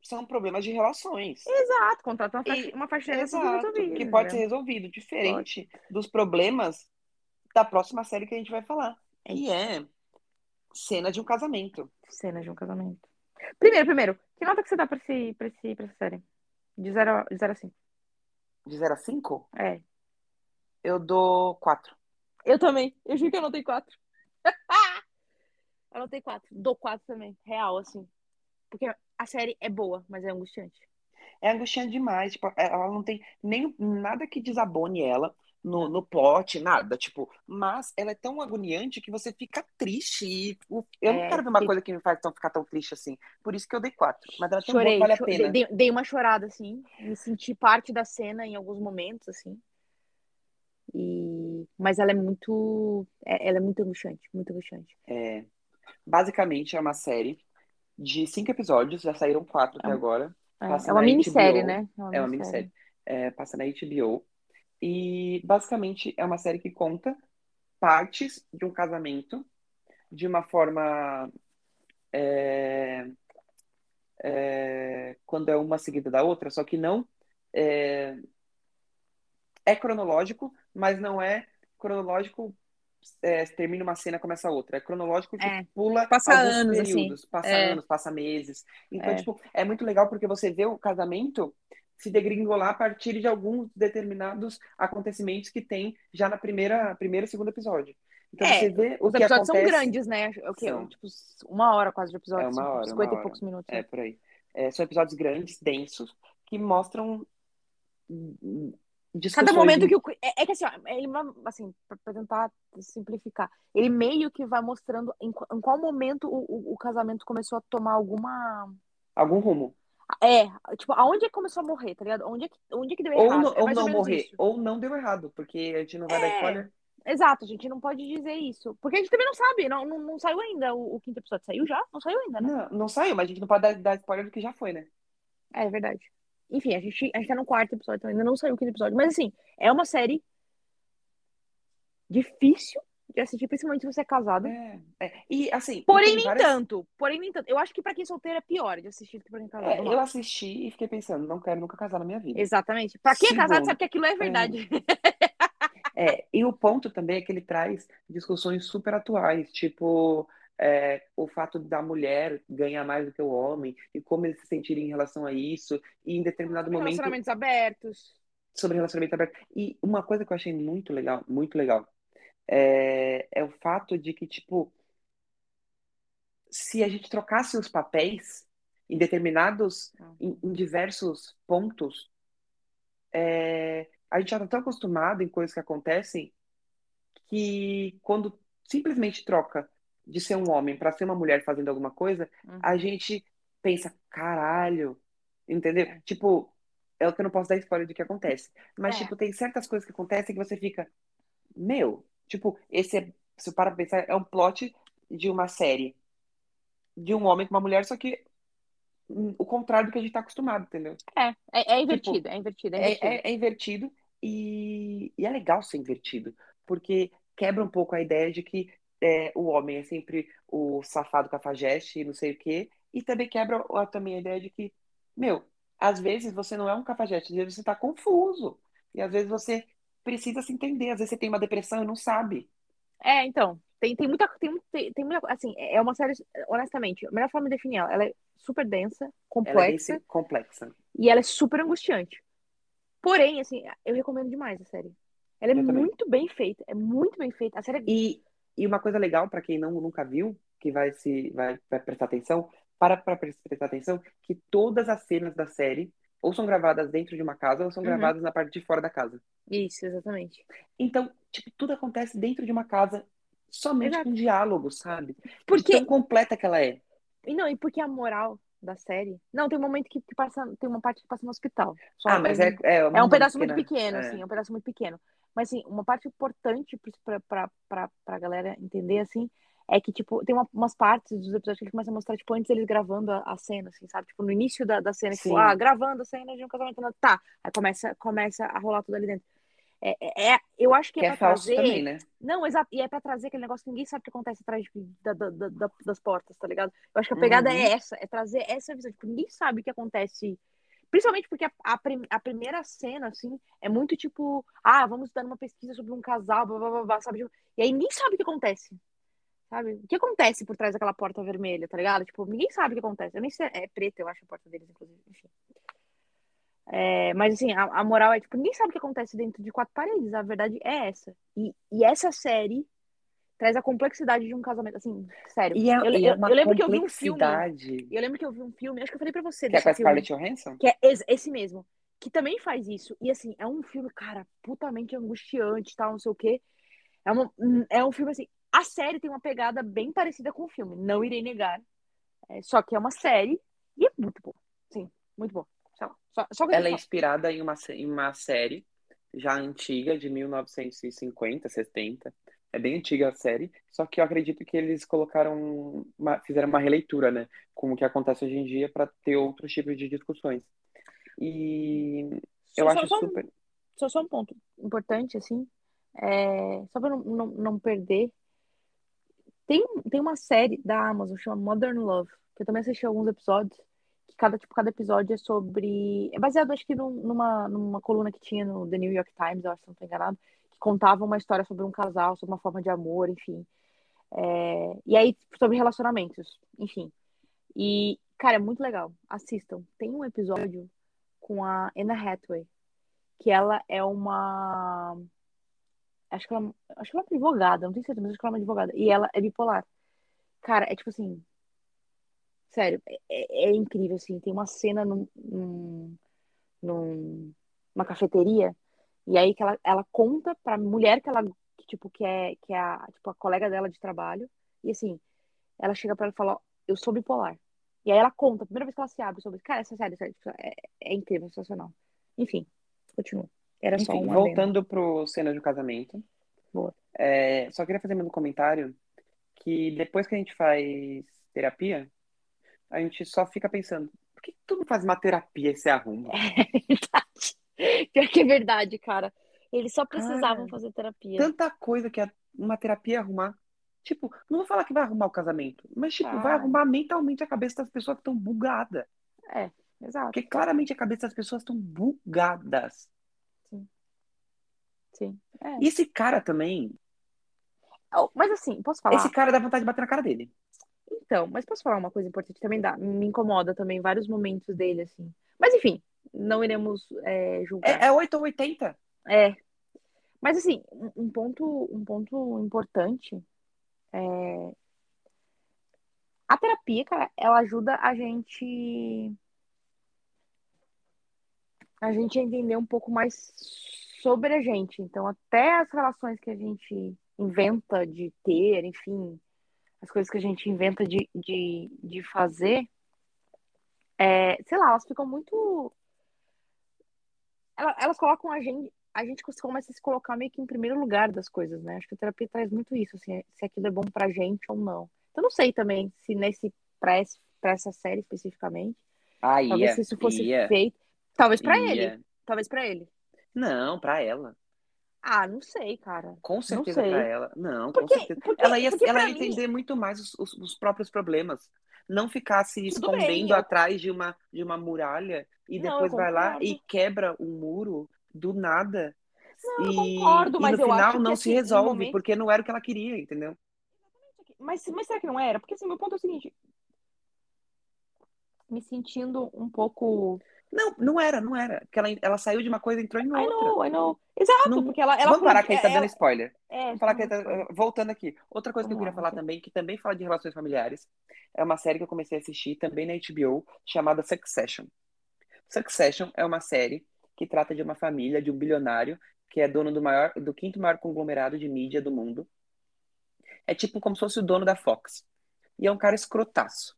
são problemas de relações.
É, Exato, contrata uma, faxi...
E-
uma faxineira pra tudo
Exato,
resolvido,
que pode ser
entendeu?
resolvido, diferente dos problemas da próxima série que a gente vai falar.
É
E é cena de um casamento.
Cena de um casamento. Primeiro, primeiro, que nota que você dá pra, esse, pra, esse, pra essa série? De 0 a 5.
De 0 a 5,
É.
eu dou 4.
Eu também. Eu juro que eu anotei 4. anotei 4. Dou 4 também. Real, assim. Porque a série é boa, mas é angustiante.
É angustiante demais, tipo, ela não tem nem nada que desabone ela no, no plot, nada, tipo, mas ela é tão agoniante que você fica triste e o- eu
É,
não quero ver uma
fica-
coisa que me faz tão, ficar tão triste assim, por isso que eu dei quatro, mas ela é tão boa
Chorei.
que vale a
cho-
pena.
dei, dei uma chorada, assim. Me senti parte da cena em alguns momentos, assim. E... Mas ela é muito. é- Ela é muito angustiante, muito angustiante.
É, basicamente é uma série de cinco episódios, já saíram quatro até
É um-
agora,
É,
Passa
é uma
na
minissérie,
HBO.
né?
é uma minissérie. é, passa na HBO. E basicamente é uma série que conta partes de um casamento de uma forma. é, é, quando é uma seguida da outra, só que não. É, é cronológico, mas não é cronológico. é, termina uma cena, começa outra. É cronológico que
É.
pula
Passa
alguns
anos, assim.
períodos, passa
É.
anos, passa meses. Então,
É.
tipo, é muito legal porque você vê o casamento se degringolar a partir de alguns determinados acontecimentos que tem já na primeira, primeiro e segundo episódio. Então
É,
você vê o
Os
que
episódios
acontece.
são grandes, né? O quê?
São.
Tipo, uma hora quase de episódio.
É, uma
assim,
hora, uma
50
hora.
e poucos minutos.
É,
né?
por aí. É, são episódios grandes, densos, que mostram hum, hum, discussões.
Cada momento que o. que- É, é que assim, ó, ele vai, assim, pra pra tentar simplificar, ele meio que vai mostrando em, qu- em qual momento o, o- o casamento começou a tomar alguma.
Algum rumo.
É, tipo, aonde é que começou a morrer, tá ligado? Onde é que, onde é que deu
Ou,
errado?
não-
É
ou
mais
não
ou menos
morrer,
isso.
ou não deu errado, porque a gente não vai dar
É.
spoiler.
Exato, a gente não pode dizer isso. Porque a gente também não sabe, não, não, não saiu ainda o, o quinto episódio. Saiu já? Não saiu ainda, né?
Não, não saiu, mas a gente não pode dar, dar spoiler do que já foi, né?
É, é verdade. Enfim, a gente, a gente tá no quarto episódio, então ainda não saiu o quinto episódio. Mas assim, é uma série difícil de assistir, principalmente se você é casado.
É, é. E assim. e
Porém,
tem
nem
várias-
tanto. Porém, nem tanto. Eu acho que pra quem é solteiro é pior de assistir do que pra quem é casado.
É,
Vamos
eu
lá.
assisti e fiquei pensando, não quero nunca casar na minha vida.
Exatamente. Pra quem é casado
Segundo.
sabe que aquilo é verdade.
um É, e o ponto também é que ele traz discussões super atuais, tipo é, o fato da mulher ganhar mais do que o homem e como eles se sentirem em relação a isso, e em determinado momento
Relacionamentos abertos.
sobre relacionamento aberto. E uma coisa que eu achei muito legal, muito legal, é, é o fato de que, tipo, se a gente trocasse os papéis em determinados, em, em diversos pontos, é, a gente já tá tão acostumado em coisas que acontecem que quando simplesmente troca de ser um homem para ser uma mulher fazendo alguma coisa,
Uhum.
a gente pensa, caralho, entendeu? Tipo, é o que eu não posso dar spoiler do que acontece. Mas,
É.
tipo, tem certas coisas que acontecem que você fica, meu, tipo, esse é, se eu parar pra pensar, é um plot de uma série de um homem com uma mulher, só que hum, o contrário do que a gente tá acostumado, entendeu?
É, é, é invertido, é invertido, é invertido.
É, é- é invertido e, e é legal ser invertido, porque quebra um pouco a ideia de que é, o homem é sempre o safado cafajeste e não sei o quê, e também quebra a- também a ideia de que, meu, às vezes você não é um cafajeste, às vezes você tá confuso, e às vezes você precisa se entender, às vezes você tem uma depressão e não sabe.
É, então, tem, tem muita, tem, mu- tem, tem muita, assim, é é uma série, honestamente, a melhor forma de definir ela, ela é super densa,
Ela é
complexa,
desse- complexa.
e ela é super angustiante. Porém, assim, eu recomendo demais a série. Ela é
Eu também.
muito bem feita, é muito bem feita. A série é
E, e uma coisa legal para quem não, nunca viu, que vai se vai, vai prestar atenção, para para prestar atenção que todas as cenas da série ou são gravadas dentro de uma casa ou são
Uhum.
gravadas na parte de fora da casa.
Isso, exatamente.
Então, tipo, tudo acontece dentro de uma casa, somente
Exato.
com diálogo, sabe? De
Porque,
tão completa que ela é.
e não, e porque a moral da série, não, tem um momento que, que passa, tem uma parte que passa no hospital. Só
Ah,
uma
mas
coisa
é é,
É um pedaço muito
pequena.
pequeno,
é.
assim, é um pedaço muito pequeno. Mas, assim, uma parte importante pra, pra, pra, pra galera entender, assim, é que, tipo, tem uma- umas partes dos episódios que ele começa a mostrar, tipo, antes eles gravando a, a cena, assim, sabe? Tipo, no início da, da cena, tipo,
Sim.
ah, gravando a cena de um casamento, tá. Aí começa, começa a rolar tudo ali dentro. É, é- é- eu acho que é,
Que é
pra
falso
trazer.
também, né?
Não, exato. E é pra trazer aquele negócio que ninguém sabe o que acontece atrás de- da- da- da- da- das portas, tá ligado? Eu acho que a pegada
Uhum.
é essa, é trazer essa visão. Tipo, ninguém sabe o que acontece. Principalmente porque a, a prim- a primeira cena, assim, é muito tipo, ah, vamos dar uma pesquisa sobre um casal, blá blá blá, blá sabe? Tipo, E aí ninguém sabe o que acontece. Sabe? O que acontece por trás daquela porta vermelha, tá ligado? Tipo, ninguém sabe o que acontece. Eu nem sei, é preta, eu acho a porta deles, inclusive. Enfim. É, mas assim, a, a moral é, tipo, ninguém sabe o que acontece dentro de quatro paredes. A verdade é essa. E, e essa série traz a complexidade de um casamento. Assim, sério.
E é,
eu,
e
eu-
é uma
eu lembro que eu vi um filme.
complexidade.
Eu lembro que eu vi um filme, acho que eu falei pra você
Que é
desse
com a
filme.
Scarlett Johansson?
Que é es- esse mesmo. Que também faz isso. E assim, é um filme, cara, putamente angustiante, tal, não sei o quê. É, uma, é um filme assim. A série tem uma pegada bem parecida com o filme, não irei negar. É, só que é uma série e é muito boa. Sim, muito boa. Sei lá, Só, só que
Ela é inspirada em uma, se- em uma série já antiga, de 1950, 70. É bem antiga a série, só que eu acredito que eles colocaram, uma- fizeram uma releitura, né? Com o que acontece hoje em dia para ter outros tipos de discussões. E Eu
Só-
acho
só- só um-
super.
só, só um ponto importante, assim, é, só pra não, não, não perder. Tem, tem uma série da Amazon chama Modern Love, que eu também assisti alguns episódios, que cada, tipo, cada episódio é sobre. É baseado, acho que, num- numa, numa coluna que tinha no The New York Times, eu acho, se não estou enganado, que contava uma história sobre um casal, sobre uma forma de amor, enfim. É, e aí, sobre relacionamentos, enfim. E, cara, é muito legal. Assistam. Tem um episódio com a Anna Hathaway que ela é uma. Acho que ela, acho que ela é uma advogada, não tenho certeza, mas acho que ela é uma advogada. E ela é bipolar. Cara, é tipo assim. Sério, é, é- é incrível, assim. Tem uma cena num, num, num- numa cafeteria, e aí que ela, ela conta pra mulher que ela, que, tipo, que é, que é a, tipo, a colega dela de trabalho, e assim, ela chega pra ela e fala: ó, Eu sou bipolar. E aí ela conta, a primeira vez que ela se abre sobre. Cara, essa série, sério, tipo, é, é incrível, sensacional. Enfim, continua. Era só
Enfim,
um adendo.
voltando pro cena do casamento.
Boa.
é, só queria fazer mais um comentário que depois que a gente faz terapia, a gente só fica pensando, por que tu não faz uma terapia e se arruma?
verdade. Pior que é verdade, cara. Eles só precisavam
Cara.
fazer terapia.
Tanta coisa que a- uma terapia arrumar. Tipo, não vou falar que vai arrumar o casamento, mas tipo, vai
Ah.
arrumar mentalmente a cabeça das pessoas que estão bugadas.
Exato.
Porque claramente a cabeça das pessoas estão bugadas.
Sim. É.
E esse cara também,
Oh, Mas assim, posso falar?
esse cara dá vontade de bater na cara dele.
Então, mas posso falar uma coisa importante também dá. Me incomoda também vários momentos dele, assim. Mas enfim, não iremos é, julgar.
É, é 8 ou 80?
É. Mas assim, um- um ponto, um ponto importante é a terapia, cara, ela ajuda a gente a gente a entender um pouco mais sobre a gente. Então, até as relações que a gente inventa de ter, enfim, as coisas que a gente inventa de, de, de fazer, é, sei lá, elas ficam muito. Ela- Elas colocam a gente, a gente cos- começa a se colocar meio que em primeiro lugar das coisas, né? Acho que a terapia traz muito isso, assim, se aquilo é bom pra gente ou não. Então, Eu não sei também se nesse, pra, esse, pra essa série especificamente,
Ah,
talvez
ia,
se isso fosse
ia,
feito. Talvez pra ele.
ia.
Talvez pra ele.
é. Não, pra ela.
Ah, não sei, cara.
Com certeza
sei.
pra ela. Não, com
Porque,
certeza.
porque,
Ela ia,
porque
ela
pra
ia
mim-
entender muito mais os, os- os próprios problemas. Não ficar se
Tudo bem,
escondendo
eu-
atrás de uma, de uma muralha e
Não, eu
depois vai lá e
concordo.
quebra o muro do nada.
Não, eu
e,
concordo,
e
mas
no
eu
final
acho que,
não
assim,
se
em
resolve,
momento-
porque não era o que ela queria, entendeu?
Mas, mas será que não era? Porque assim, meu ponto é o seguinte. Me sentindo um pouco.
Não, não era, não era. Porque ela, ela saiu de uma coisa e entrou em
I
outra.
know, I know. Exato,
Não-
porque ela. ela
Vamos parar que a gente tá
ela-
dando spoiler.
é,
Vamos falar que- voltando aqui, outra coisa que eu
Vamos
queria
lá,
falar
Raquel.
também, que também fala de relações familiares, é uma série que eu comecei a assistir também na HBO, chamada Succession. Succession é uma série que trata de uma família, de um bilionário, que é dono do maior, do quinto maior conglomerado de mídia do mundo. É tipo como se fosse o dono da Fox. E é um cara escrotaço.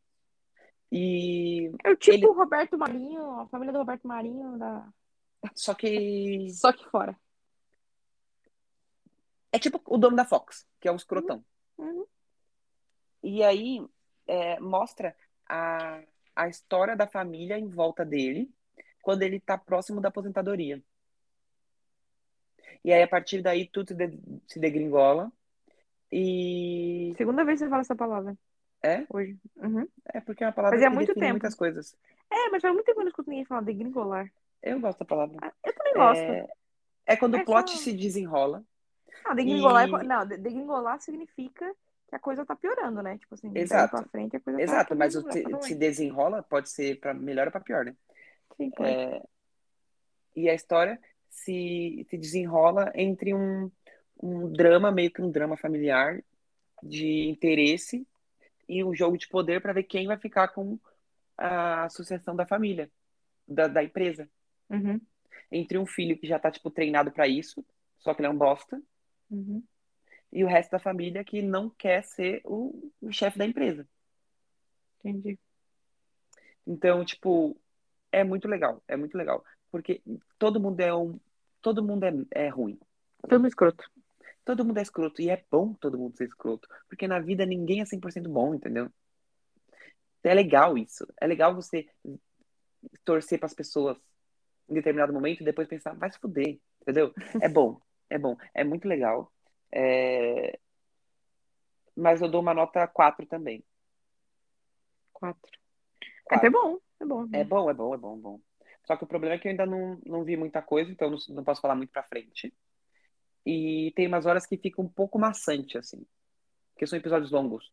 E
É o tipo
Ele-
o Roberto Marinho, a família do Roberto Marinho da.
só que
Só que fora.
É tipo o dono da Fox, que é um escrotão.
Uhum.
E aí é, mostra a, a história da família em volta dele quando ele tá próximo da aposentadoria. E aí, a partir daí, tudo se, de- se degringola. E
Segunda vez que você fala essa palavra.
É?
Hoje. Uhum.
é porque é uma palavra
Fazia
que
muito
define
tempo.
muitas coisas.
É, mas faz muito tempo que eu não escuto ninguém falar de gringolar.
Eu gosto da palavra.
Ah, Eu também gosto.
É, é quando
É
o plot
só-
se desenrola.
Não, degringolar, é
E-
co- não, de- degringolar significa que a coisa tá piorando, né? Tipo assim, daí
Exato.
pra frente a coisa tá-
Exato,
tá
mas o se,
degringolando, tá doendo.
se desenrola pode ser para melhor ou para pior, né?
Sim,
É.
pode.
e a história se, se desenrola entre um, um drama, meio que um drama familiar de interesse e um jogo de poder para ver quem vai ficar com a sucessão da família, da, da empresa.
Uhum,
Entre um filho que já tá, tipo, treinado para isso, só que ele é um bosta,
uhum.
e o resto da família que não quer ser o, o chefe da empresa.
Entendi.
Então, tipo, é muito legal, é muito legal. Porque todo mundo é um. Todo mundo é, é ruim.
Tudo escroto.
Todo mundo é escroto e é bom todo mundo ser escroto, porque na vida ninguém é 100% bom, entendeu? É legal isso. É legal você torcer pras pessoas, em determinado momento e depois pensar, vai se fuder, entendeu? É bom, é bom, é muito legal. É... Mas eu dou uma nota 4 também.
Quatro.
Quatro.
É bom, é bom.
É bom, é bom, é bom, é bom. Só que o problema é que eu ainda não, não vi muita coisa, então não, não posso falar muito pra frente. E tem umas horas que fica um pouco maçante, assim. Porque são episódios longos.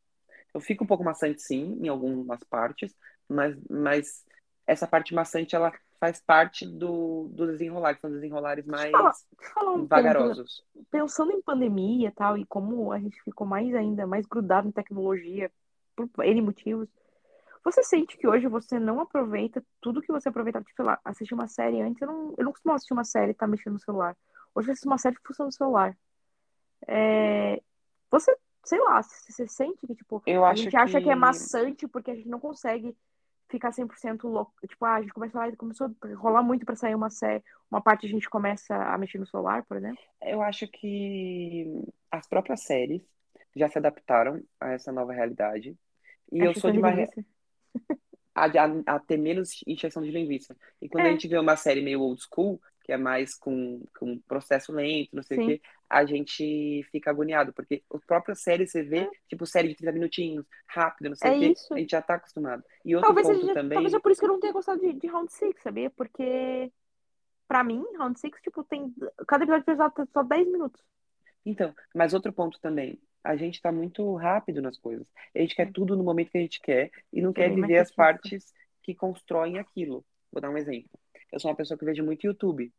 Eu fico um pouco maçante, sim, em algumas partes, mas, mas essa parte maçante, ela faz parte do, do desenrolar, que são desenrolares mais
falar- Deixa eu falar um ponto.
vagarosos.
pensando em pandemia e tal, e como a gente ficou mais ainda, mais grudado em tecnologia, por N motivos, você sente que hoje você não aproveita tudo que você aproveitava, tipo, sei lá, assistir uma série antes, eu não, eu não costumava assistir uma série e tá mexendo no celular. Hoje eu assisto uma série que funciona no celular. É, Você, sei lá, se você sente que, tipo,
Eu
a
acho
gente acha que é
que-
maçante porque a gente não consegue ficar 100% louco. Tipo, ah, a gente começa lá e começou a rolar muito pra sair uma série, uma parte a gente começa a mexer no celular, por exemplo.
Eu acho que as próprias séries já se adaptaram a essa nova realidade. E eu
Acho
sou
que é
de uma,
delícia.
a, a, a ter menos injeção de linguiça. E quando
É.
a gente vê uma série meio old school, que é mais com, com processo lento, não sei
Sim.
o quê, a gente fica agoniado, porque as próprias séries você vê, tipo, série de 30 minutinhos, rápido, não sei
É
o quê,
isso.
a gente já tá acostumado. E outro
Talvez,
ponto
seja,
também.
talvez é por isso que eu não tenha gostado de, de Round Six sabia? Porque, pra mim, Round Six tipo, tem. Cada episódio tem só- só 10 minutos.
Então, mas outro ponto também. A gente tá muito rápido nas coisas. A gente quer tudo no momento que a gente quer e não quer
bem mais
viver as
difícil.
partes que constroem aquilo. Vou dar um exemplo. Eu sou uma pessoa que vejo muito YouTube.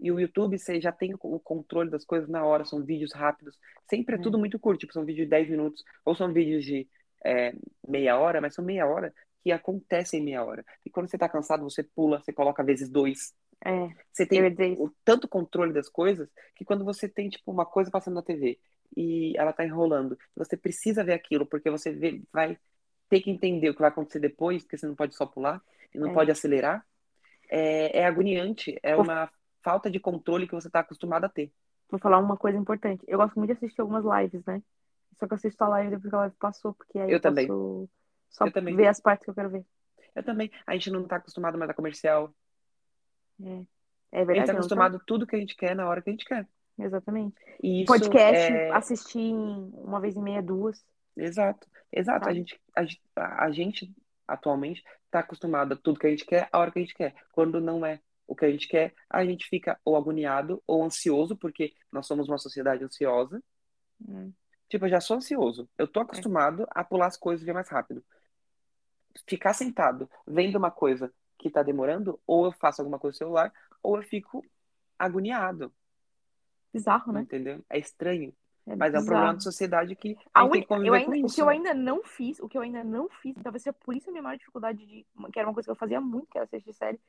E o YouTube, você já tem o controle das coisas na hora, são vídeos rápidos. Sempre é
É.
tudo muito curto, tipo, são vídeos de 10 minutos, ou são vídeos de é, meia hora, mas são meia hora que acontecem em meia hora. E quando você tá cansado, você pula, você coloca vezes dois.
É,
Você tem
eu ia dizer isso.
o tanto controle das coisas que quando você tem tipo uma coisa passando na TV e ela tá enrolando, você precisa ver aquilo porque você vê- vai ter que entender o que vai acontecer depois, porque você não pode só pular e não
É.
pode acelerar. É, é agoniante, é
Pô.
uma falta de controle que você tá acostumado a ter.
Vou falar uma coisa importante. Eu gosto muito de assistir algumas lives, né? Só que eu assisto a live depois que a live passou, porque aí
Eu
eu,
também.
posso só
Eu também.
ver as partes que eu quero ver.
Eu também, a gente não tá acostumado mais a comercial.
É
A gente
verdade.
tá
eu não tô-
acostumado a tudo que a gente quer na hora que a gente quer.
Exatamente.
E isso
Podcast,
é-
assistir em uma vez e meia, duas.
Exato, exato. A
Sabe?
gente, a, gente- a gente atualmente está acostumado a tudo que a gente quer, a hora que a gente quer. Quando não é o que a gente quer, a gente fica ou agoniado ou ansioso, porque nós somos uma sociedade ansiosa.
Hum.
Tipo, eu já sou ansioso. Eu
É.
tô acostumado a pular as coisas e ver mais rápido. Ficar sentado vendo uma coisa que tá demorando, ou eu faço alguma coisa no celular, ou eu fico agoniado,
Bizarro, né?
entendeu? É estranho,
É
mas é um
bizarro.
problema da sociedade que a
A
gente tem que
única, eu
conviver com
ainda, o que
isso. né?
eu ainda não fiz, o que eu ainda não fiz, talvez seja por isso a minha maior dificuldade de, que era uma coisa que eu fazia muito, que era assistir série.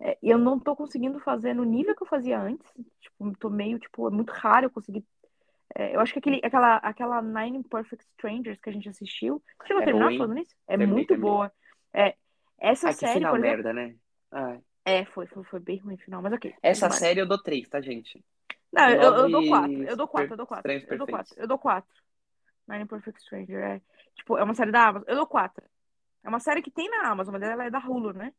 é, e eu não tô conseguindo fazer no nível que eu fazia antes. Tipo, tô meio, tipo, é muito raro eu conseguir. é, eu acho que aquele, aquela, aquela Nine Perfect Strangers que a gente assistiu. Chegou a
É
terminar
boa, hein?
falando nisso? É
Terminei,
muito
terminei.
boa. É, essa
né? Ai, que
série,
final
por exemplo.
merda, né? Ai.
É, foi, foi, foi bem ruim o final, mas ok.
Essa
Vamos lá.
série eu dou três, tá, gente?
Não, eu, eu- eu dou
Nove
quatro. Eu dou quatro, eu dou quatro.
Estranhos
Eu dou
Perfeitos.
quatro, eu dou quatro. Nine Perfect Stranger. É, tipo, é uma série da Amazon. Eu dou quatro. É uma série que tem na Amazon, mas ela é da Hulu, né?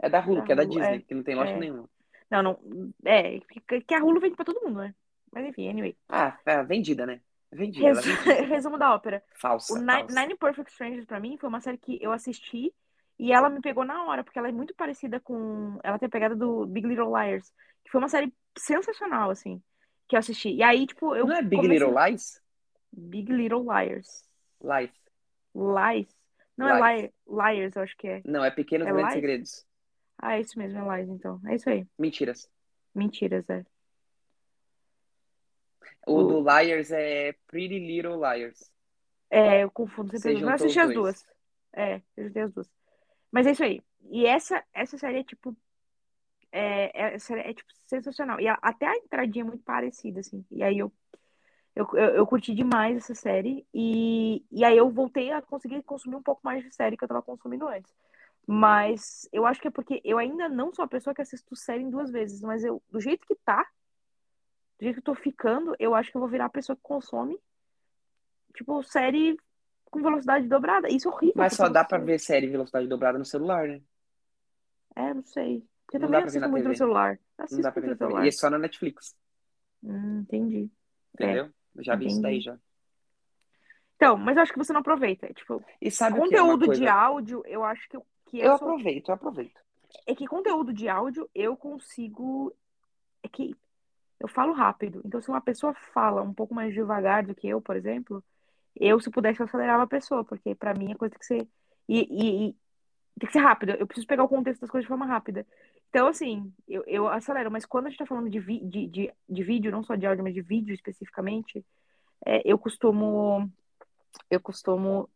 É da Hulu,
Da
que é da
Hulu,
Disney,
é.
que não tem lógica
É.
nenhuma.
Não, não. É, que- que a Hulu vende pra todo mundo, né? Mas enfim, anyway.
Ah, é vendida, né? Vendida, ela é
Resu-
vendida.
Resumo da ópera.
Falsa, é
O Ni-
falsa.
Nine Perfect Strangers, pra mim, foi uma série que eu assisti e ela me pegou na hora, porque ela é muito parecida com. Ela tem a pegada do Big Little Liars, que foi uma série sensacional, assim, que eu assisti. E aí, tipo, eu.
Não é Big
comecei-
Little Lies?
Big Little Liars.
Lies.
Lies. Não é
Lies.
li... Liars, eu acho que é.
Não, é Pequenos
É
Grandes
Lies?
Segredos.
Ah, é isso mesmo, é Lies, então. É isso aí.
Mentiras.
Mentiras, é.
O
O-
do Liars é Pretty Little Liars.
É, eu confundo
Você
sempre. as duas. Mas
juntou
eu assisti
os
as
dois.
duas. É, eu juntei as duas. Mas é isso aí. E essa, essa série é tipo. É, é, essa série é, tipo sensacional. E a- até a entradinha é muito parecida, assim. E aí eu, eu, eu, eu curti demais essa série. E, e aí eu voltei a conseguir consumir um pouco mais de série que eu tava consumindo antes. Mas eu acho que é porque eu ainda não sou a pessoa que assisto série em duas vezes, mas eu, do jeito que tá, do jeito que eu tô ficando, eu acho que eu vou virar a pessoa que consome, tipo, série com velocidade dobrada. Isso é horrível.
Mas
porque
só dá
você-
pra ver série em velocidade dobrada no celular, né?
É, não sei. Porque Porque
Não dá
também
pra ver
assisto
na
muito no
TV.
celular.
Não
Assisto
dá pra ver
muito no
na TV.
celular.
E é só na Netflix,
Hum, entendi. É,
entendeu? Eu já vi isso daí
entendi.
já.
Então, mas eu acho que você não aproveita. Tipo,
E sabe o que é uma
conteúdo
coisa?
de áudio, eu acho que eu, que eu
Eu
sou-
aproveito, eu aproveito.
É que conteúdo de áudio eu consigo. É que eu falo rápido. Então, se uma pessoa fala um pouco mais devagar do que eu, por exemplo, eu, se pudesse, eu acelerava a pessoa, porque pra mim é coisa que você. E, e- e tem que ser rápido. Eu preciso pegar o contexto das coisas de forma rápida. Então, assim, eu, eu acelero, mas quando a gente tá falando de, vi- de, de, de vídeo, não só de áudio, mas de vídeo especificamente, é, eu costumo. Eu costumo.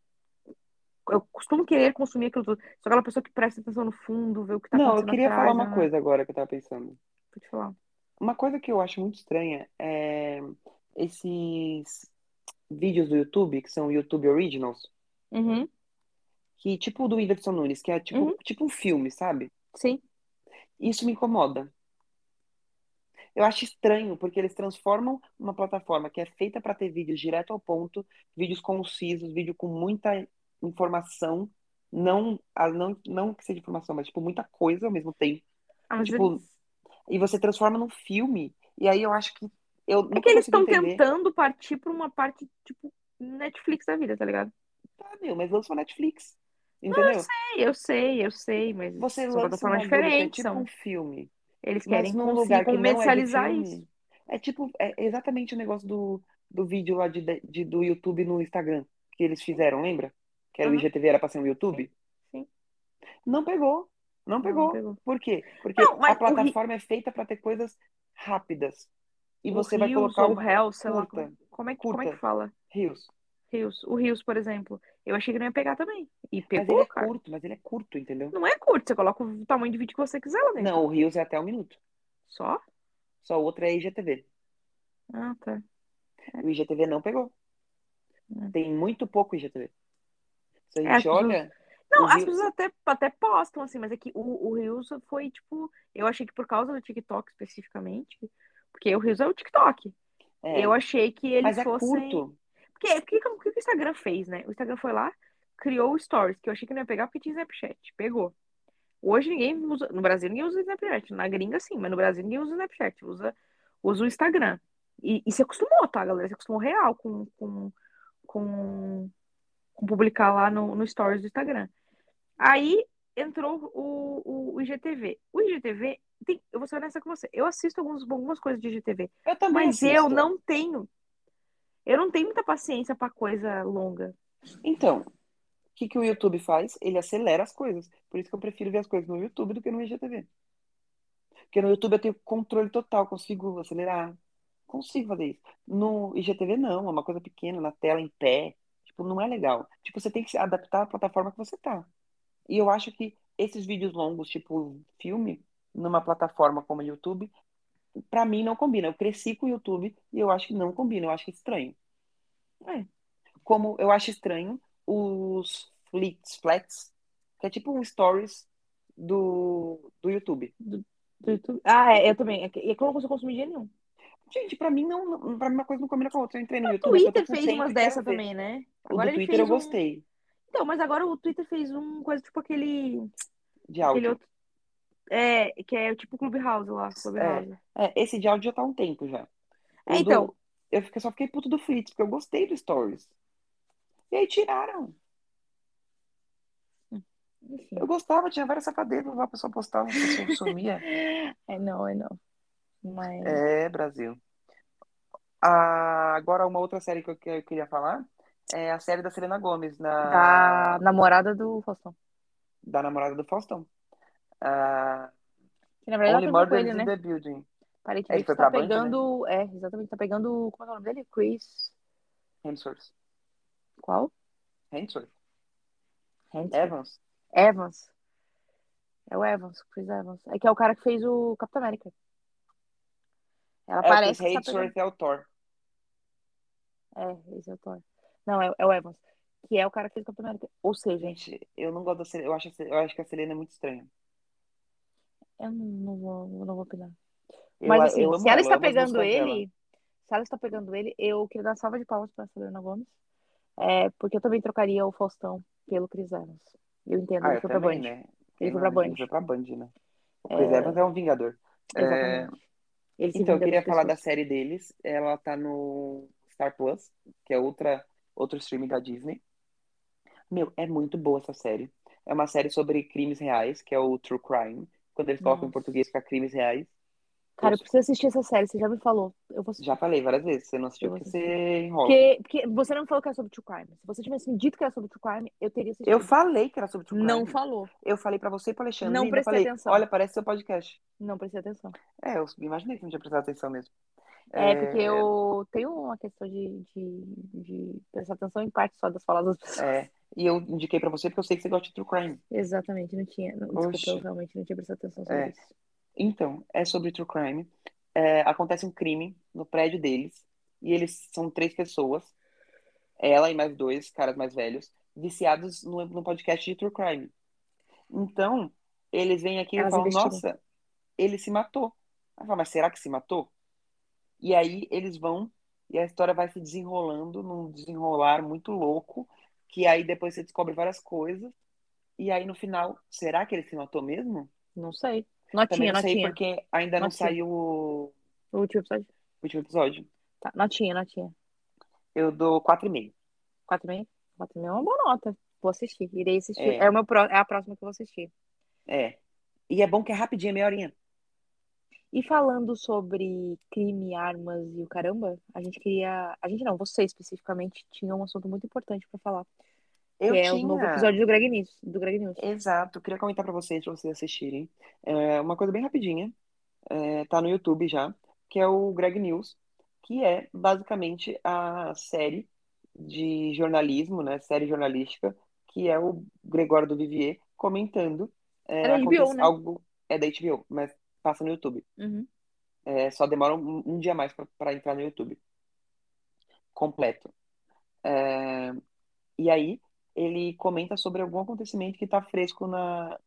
Eu costumo querer consumir aquilo tudo. Sou aquela pessoa que presta atenção no fundo, vê o que tá
Não, eu
acontecendo
queria
atrás,
falar uma
né?
coisa agora que eu tava pensando.
Pode falar.
Uma coisa que eu acho muito estranha é esses vídeos do YouTube, que são YouTube Originals,
Uhum,
que tipo o do Whindersson Nunes, que é tipo,
Uhum.
tipo um filme, sabe?
sim.
Isso me incomoda. Eu acho estranho, porque eles transformam uma plataforma que é feita para ter vídeos direto ao ponto, vídeos concisos, vídeo com muita informação, não, a- não, não que seja informação, mas tipo muita coisa ao mesmo tempo.
Ah, mas
Tipo,
eles...
E você transforma num filme. E aí eu acho que eu
É
nunca
que eles
consigo
estão
entender.
tentando partir pra uma parte, tipo, Netflix da vida, tá ligado?
Ah, meu, mas lançou Netflix. Entendeu?
É, eu sei, eu sei, mas
Você
são
lança um
plataformas
bagulho que é
diferentes,
tipo
são.
um filme,
Eles
mas
querem
num
cons-
lugar que não é de
comercializar isso.
filme. É tipo, é exatamente o negócio do, do vídeo lá de, de- do YouTube no Instagram que eles fizeram, lembra? Que era o
Aham.
IGTV, era pra ser um YouTube?
Sim.
Não pegou. Não
Não, não
pegou.
pegou.
Por quê? Porque
Não,
a
mas o, ri...
plataforma é feita pra ter coisas rápidas. E
o
você vai
Reels
colocar
ou o
uma
Reels, sei lá, como é,
curta,
como é, que- como é que
curta,
fala?
rios.
Reels. O Reels, por exemplo. Eu achei que não ia pegar também. E
Mas ele
pegou,
é
cara.
curto, mas ele é curto, entendeu?
Não é curto, você coloca o tamanho de vídeo que você quiser lá dentro.
Não, o Reels é até um minuto.
Só?
Só o outro é IGTV.
Ah, tá.
O IGTV não pegou.
Hum.
Tem muito pouco IGTV. Se a
É, as
gente
pessoas-
olha,
Não,
o
as
Reels-
pessoas até, até postam, assim, mas é que o, o Reels foi, tipo, eu achei que por causa do TikTok especificamente, porque o Reels é o TikTok.
é,
Eu achei que eles
mas é
fossem.
curto.
Porque o que, que o Instagram fez, né? O Instagram foi lá, criou o Stories, que eu achei que não ia pegar porque tinha Snapchat. Pegou. Hoje ninguém usa. No Brasil ninguém usa Snapchat. Na gringa sim, mas no Brasil ninguém usa Snapchat. Usa, usa o Instagram. E, e se acostumou, tá, galera? Se acostumou real com, com, com, com publicar lá no, no Stories do Instagram. Aí entrou o, o, o IGTV. O IGTV, tem, eu vou ser honesta com você, eu assisto alguns, algumas coisas de IGTV,
Eu também
mas
assisto.
eu não tenho, eu não tenho muita paciência pra coisa longa.
Então, o que, que o YouTube faz? Ele acelera as coisas. Por isso que eu prefiro ver as coisas no YouTube do que no IGTV. Porque no YouTube eu tenho controle total, consigo acelerar. Consigo fazer isso. No IGTV, não. É uma coisa pequena, na tela, em pé. Tipo, não é legal. Tipo, você tem que se adaptar à plataforma que você tá. E eu acho que esses vídeos longos, tipo filme, numa plataforma como o YouTube, pra mim não combina. Eu cresci com o YouTube e eu acho que não combina, eu acho estranho.
É.
Como eu acho estranho os flits, flats, que é tipo um stories do, do YouTube.
Do YouTube. Ah, é, eu também. É que é que eu não consigo consumir dinheiro nenhum.
Gente, pra mim não, não- pra mim uma coisa não combina com a outra. Eu entrei no
Ah, O
YouTube, eu tô
Twitter
com
fez
100
umas
e quero
dessa
ver.
também, né?
O
Agora
do
ele
Twitter eu
fez um.
gostei
Então, mas agora o Twitter fez um coisa tipo aquele,
de
aquele
áudio.
outro. É, que é tipo Clubhouse lá, Clubhouse.
É, esse de áudio já tá há um tempo já. O
É,
do-
então,
eu fiquei- só fiquei puto do flits, porque eu gostei do stories. E aí tiraram. Eu
enfim.
gostava, tinha várias safadezas, a pessoa postava, a pessoa sumia.
É não, é não. Mas.
É, Brasil. Ah, agora, uma outra série que eu, que eu queria falar é a série da Selena Gomez, na,
Da namorada do Faustão.
da namorada do Faustão. Ah,
Que na verdade ela
Only
terminou com ele,
Murders
né?
in the Building. Ele
Aparentemente
foi pra
tá
Band, né?
pegando. É, exatamente, tá pegando. Como é o nome dele? Chris.
Hemsworth.
Qual? É,
Hemsworth?
Hanson.
Evans?
Evans. É o Evans, Chris Evans. É que é o cara que fez o Capitão América. Ela
É o Chris
parece que tá pegando.
Hemsworth, é o Thor.
É, esse é o Thor. Não, é, é o Evans. Que é o cara que fez o Capitão América. Ou seja,
Gente, eu não gosto da Selena. Eu acho, a Sel- eu acho que a Selena é muito estranha.
eu não, não vou, não vou opinar.
Eu,
Mas assim,
eu amo
se ela está
eu amo as
pegando
músicas dela.
ele. Se ela está pegando ele, eu queria dar uma salva de palmas pra Selena Gomes. É, porque eu também trocaria o Faustão pelo Chris Evans. Eu entendo,
Ah,
ele
eu
foi pra
também,
Band.
né?
Ele
Ele,
foi pra Band.
ele foi pra Band, né? Pois é, mas é um Vingador. É,
Exatamente. Ele se
Então, eu
vinga
queria
das
falar da
pessoas.
série deles. Ela tá no Star Plus, que é outra, outro streaming da Disney. Meu, é muito boa essa série. É uma série sobre crimes reais, que é o True Crime. Quando eles colocam em
Nossa.
português, fica crimes reais.
Cara, eu preciso assistir essa série, você já me falou. Eu vou assistir.
Já falei várias vezes, você não assistiu
Eu
porque você enrola.
Porque, porque você não me falou que era sobre true crime. Se você tivesse me dito que era sobre true crime, eu teria assistido.
Eu falei que era sobre True Crime.
Não falou.
Eu falei pra você e pro Alexandre.
Não
ainda
prestei
falei,
atenção.
Olha, parece seu podcast.
Não prestei atenção.
É, eu imaginei que não tinha prestado atenção mesmo.
É, porque eu tenho uma questão de, de, de prestar atenção em parte só das falas das pessoas.
é, e eu indiquei pra você porque eu sei que você gosta de True Crime.
Exatamente, não tinha. Não, desculpa,
Oxe.
eu realmente não tinha prestado atenção sobre
É.
isso.
Então, é sobre true crime. É, acontece um crime no prédio deles e eles são três pessoas, ela e mais dois caras mais velhos, viciados no, no podcast de true crime. Então, eles vêm aqui
Elas
e falam:
investigam.
Nossa, ele se matou. Ela fala, mas será que se matou? E aí eles vão e a história vai se desenrolando num desenrolar muito louco, que aí depois você descobre várias coisas. E aí no final, será que ele se matou mesmo?
Não sei.
Também
Notinha,
não sei
notinha.
porque ainda não
Notinha.
saiu o
O último episódio?
último episódio.
Tá, notinha, notinha.
Eu dou 4,5.
4,5? 4,5 é uma boa nota. Vou assistir, irei assistir.
É.
É, o meu pró- é a próxima que eu vou assistir.
É. E é bom que é rapidinho, é meia horinha.
E falando sobre crime, armas e o caramba, a gente queria. A gente não, você especificamente tinha um assunto muito importante pra falar.
Eu
que é
tinha.
o novo episódio do Greg News. Do Greg News.
Exato. Eu Queria comentar pra vocês, pra vocês assistirem. É uma coisa bem rapidinha. É, tá no YouTube já. Que é o Greg News. Que é basicamente a série de jornalismo, né? Série jornalística. Que é o Gregório do Vivier comentando. É,
É da HBO,
acontece-
né?
Algo... É da HBO, mas passa no YouTube.
Uhum.
É, só demora um, um dia mais para entrar no YouTube. Completo. É, e aí, ele comenta sobre algum acontecimento que está fresco na,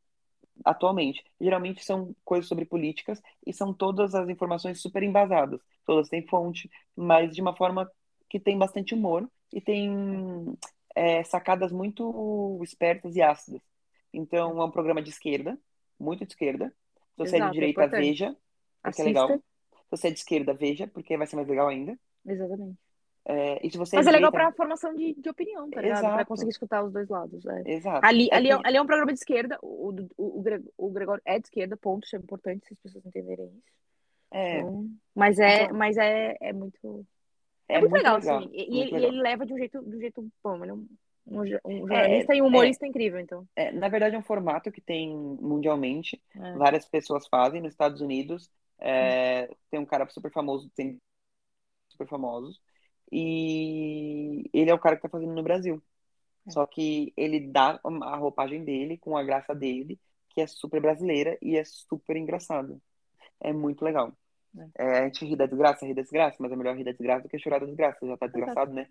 atualmente. Geralmente são coisas sobre políticas e são todas as informações super embasadas. Todas têm fonte, mas de uma forma que tem bastante humor e tem é, sacadas muito espertas e ácidas. Então, é um programa de esquerda, muito de esquerda. Se você é
Exato,
de
é
direita,
importante.
veja, porque é
Assista.
legal. Se você é de esquerda, veja, porque vai ser mais legal ainda.
Exatamente.
É, e se você
Mas é
de
legal
direita-
pra formação de, de opinião, tá ligado? Pra
Exato.
conseguir escutar os dois lados. é.
Exato.
Ali,
É
ali, é,
que-
ali é um programa de esquerda. O, o, o, Gre- o Gregório é de esquerda, ponto. Isso é importante se as pessoas entenderem isso.
é,
Então, mas é,
Então-
mas é, é muito.
é
É, muito, legal,
legal.
assim. E, e
muito
ele, e
legal.
ele leva de um jeito, de um jeito bom. Ele é um, um, jo- um jornalista e um humorista incrível, então.
É, na verdade, é um formato que tem mundialmente.
É.
Várias pessoas fazem. Nos Estados Unidos, é,
Uhum.
tem um cara super famoso, tem super famosos. E ele é o cara que tá fazendo no Brasil.
É.
Só que ele dá a roupagem dele com a graça dele, que é super brasileira e é super engraçado. É muito legal. É, a gente ri da desgraça, ri da desgraça, mas é melhor rir da desgraça do que chorar da desgraça. Já tá desgraçado, né?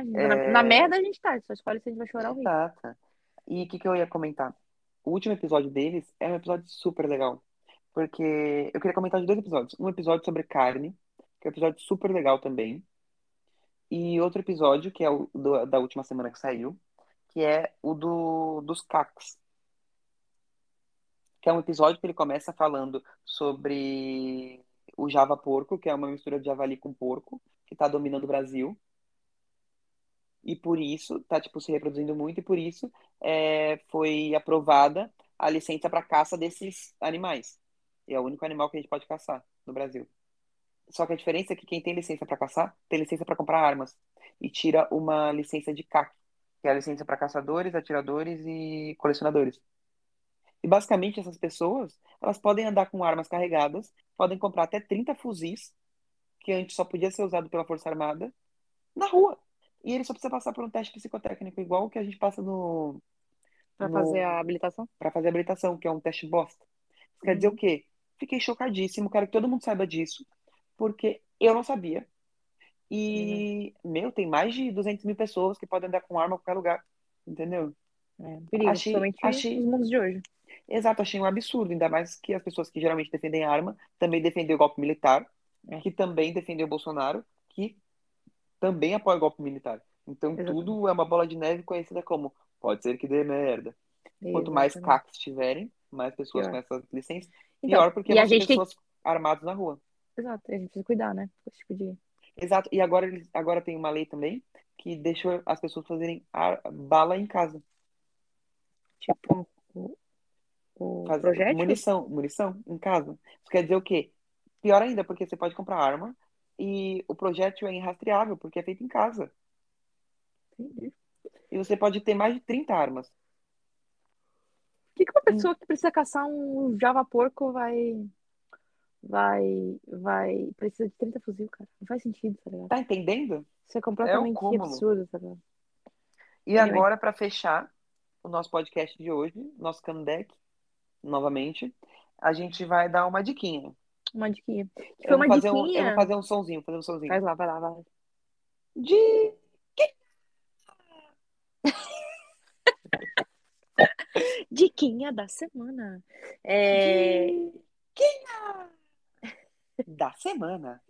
Imagina, na,
É.
na merda a gente tá. Só escolhe se a gente vai chorar ou rir.
Exata. E o que, que eu ia comentar? O último episódio deles é um episódio super legal. Porque eu queria comentar de dois episódios. Um episódio sobre carne, que é um episódio super legal também. E outro episódio, que é o do- da última semana que saiu, que é o do, dos cacos. Que é um episódio que ele começa falando sobre o Java porco, que é uma mistura de javali com porco, que tá dominando o Brasil. E por isso, tá, tipo, se reproduzindo muito, e por isso é, foi aprovada a licença para caça desses animais. E é o único animal que a gente pode caçar no Brasil. Só que a diferença é que quem tem licença para caçar tem licença para comprar armas e tira uma licença de CAC, que é a licença para caçadores, atiradores e colecionadores. E basicamente essas pessoas, elas podem andar com armas carregadas, podem comprar até 30 fuzis, que antes só podia ser usado pela Força Armada, na rua. E ele só precisa passar por um teste psicotécnico, igual o que a gente passa no,
Pra
No-
fazer a habilitação.
para fazer habilitação, que é um teste bosta. Isso quer dizer
Uhum.
o quê? Fiquei chocadíssimo, quero que todo mundo saiba disso, porque eu não sabia. E,
Uhum.
meu, tem mais de 200 mil pessoas que podem andar com arma em qualquer lugar, entendeu?
É, perigo,
Achei-
principalmente
achei-
nos mundos de hoje.
Exato, achei um absurdo, ainda mais que as pessoas que geralmente defendem arma também defendem o golpe militar,
É.
que também defendem o Bolsonaro, que também apoia o golpe militar. Então,
Exatamente.
tudo é uma bola de neve conhecida como pode ser que dê merda. Quanto mais
Exatamente.
cacos tiverem, mais pessoas
Pior.
com essa licença.
né? Então,
Pior porque
e a
mais
gente tem-
pessoas armadas na rua.
Exato, a gente precisa cuidar, né? Com esse tipo de.
Exato. E agora, eles- agora tem uma lei também que deixou as pessoas fazerem ar- bala em casa.
Tipo, o, o
Faz-
projétil?
munição, munição em casa. Isso quer dizer o quê? Pior ainda, porque você pode comprar arma e o projétil é irrastreável, porque é feito em casa.
Entendi.
E você pode ter mais de 30 armas.
O que, que uma
Hum.
pessoa que precisa caçar um Java porco vai. Vai. Vai. Precisa de 30 fuzil, cara. Não faz sentido, tá ligado?
Tá entendendo?
Isso é completamente
um cúmulo.
absurdo, tá ligado?
E
Anyway.
agora, para fechar o nosso podcast de hoje, nosso comeback, novamente, a gente vai dar uma diquinha.
Uma diquinha. Que
Eu vou
foi uma
fazer um, eu
diquinha. um
vou fazer um sonzinho, fazer um sonzinho.
Vai lá, vai lá, vai lá.
De...
Diquinha da semana. É,
Da semana.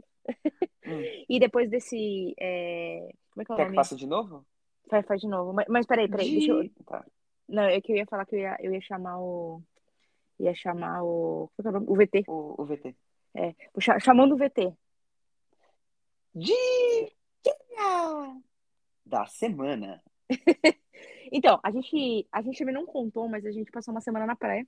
E depois desse. é, Como é que é o
Quer que
nome?
faça de novo?
Vai, faz de novo. Mas, mas peraí, peraí. Deixa eu...
De- tá.
Não, é que eu ia falar que eu ia, eu ia chamar o. Ia chamar o. Como é que é o nome? O VT.
O, o VT.
O cha- Chamando o VT.
Diquinha da semana.
Então, a gente, a gente também não contou, mas a gente passou uma semana na praia.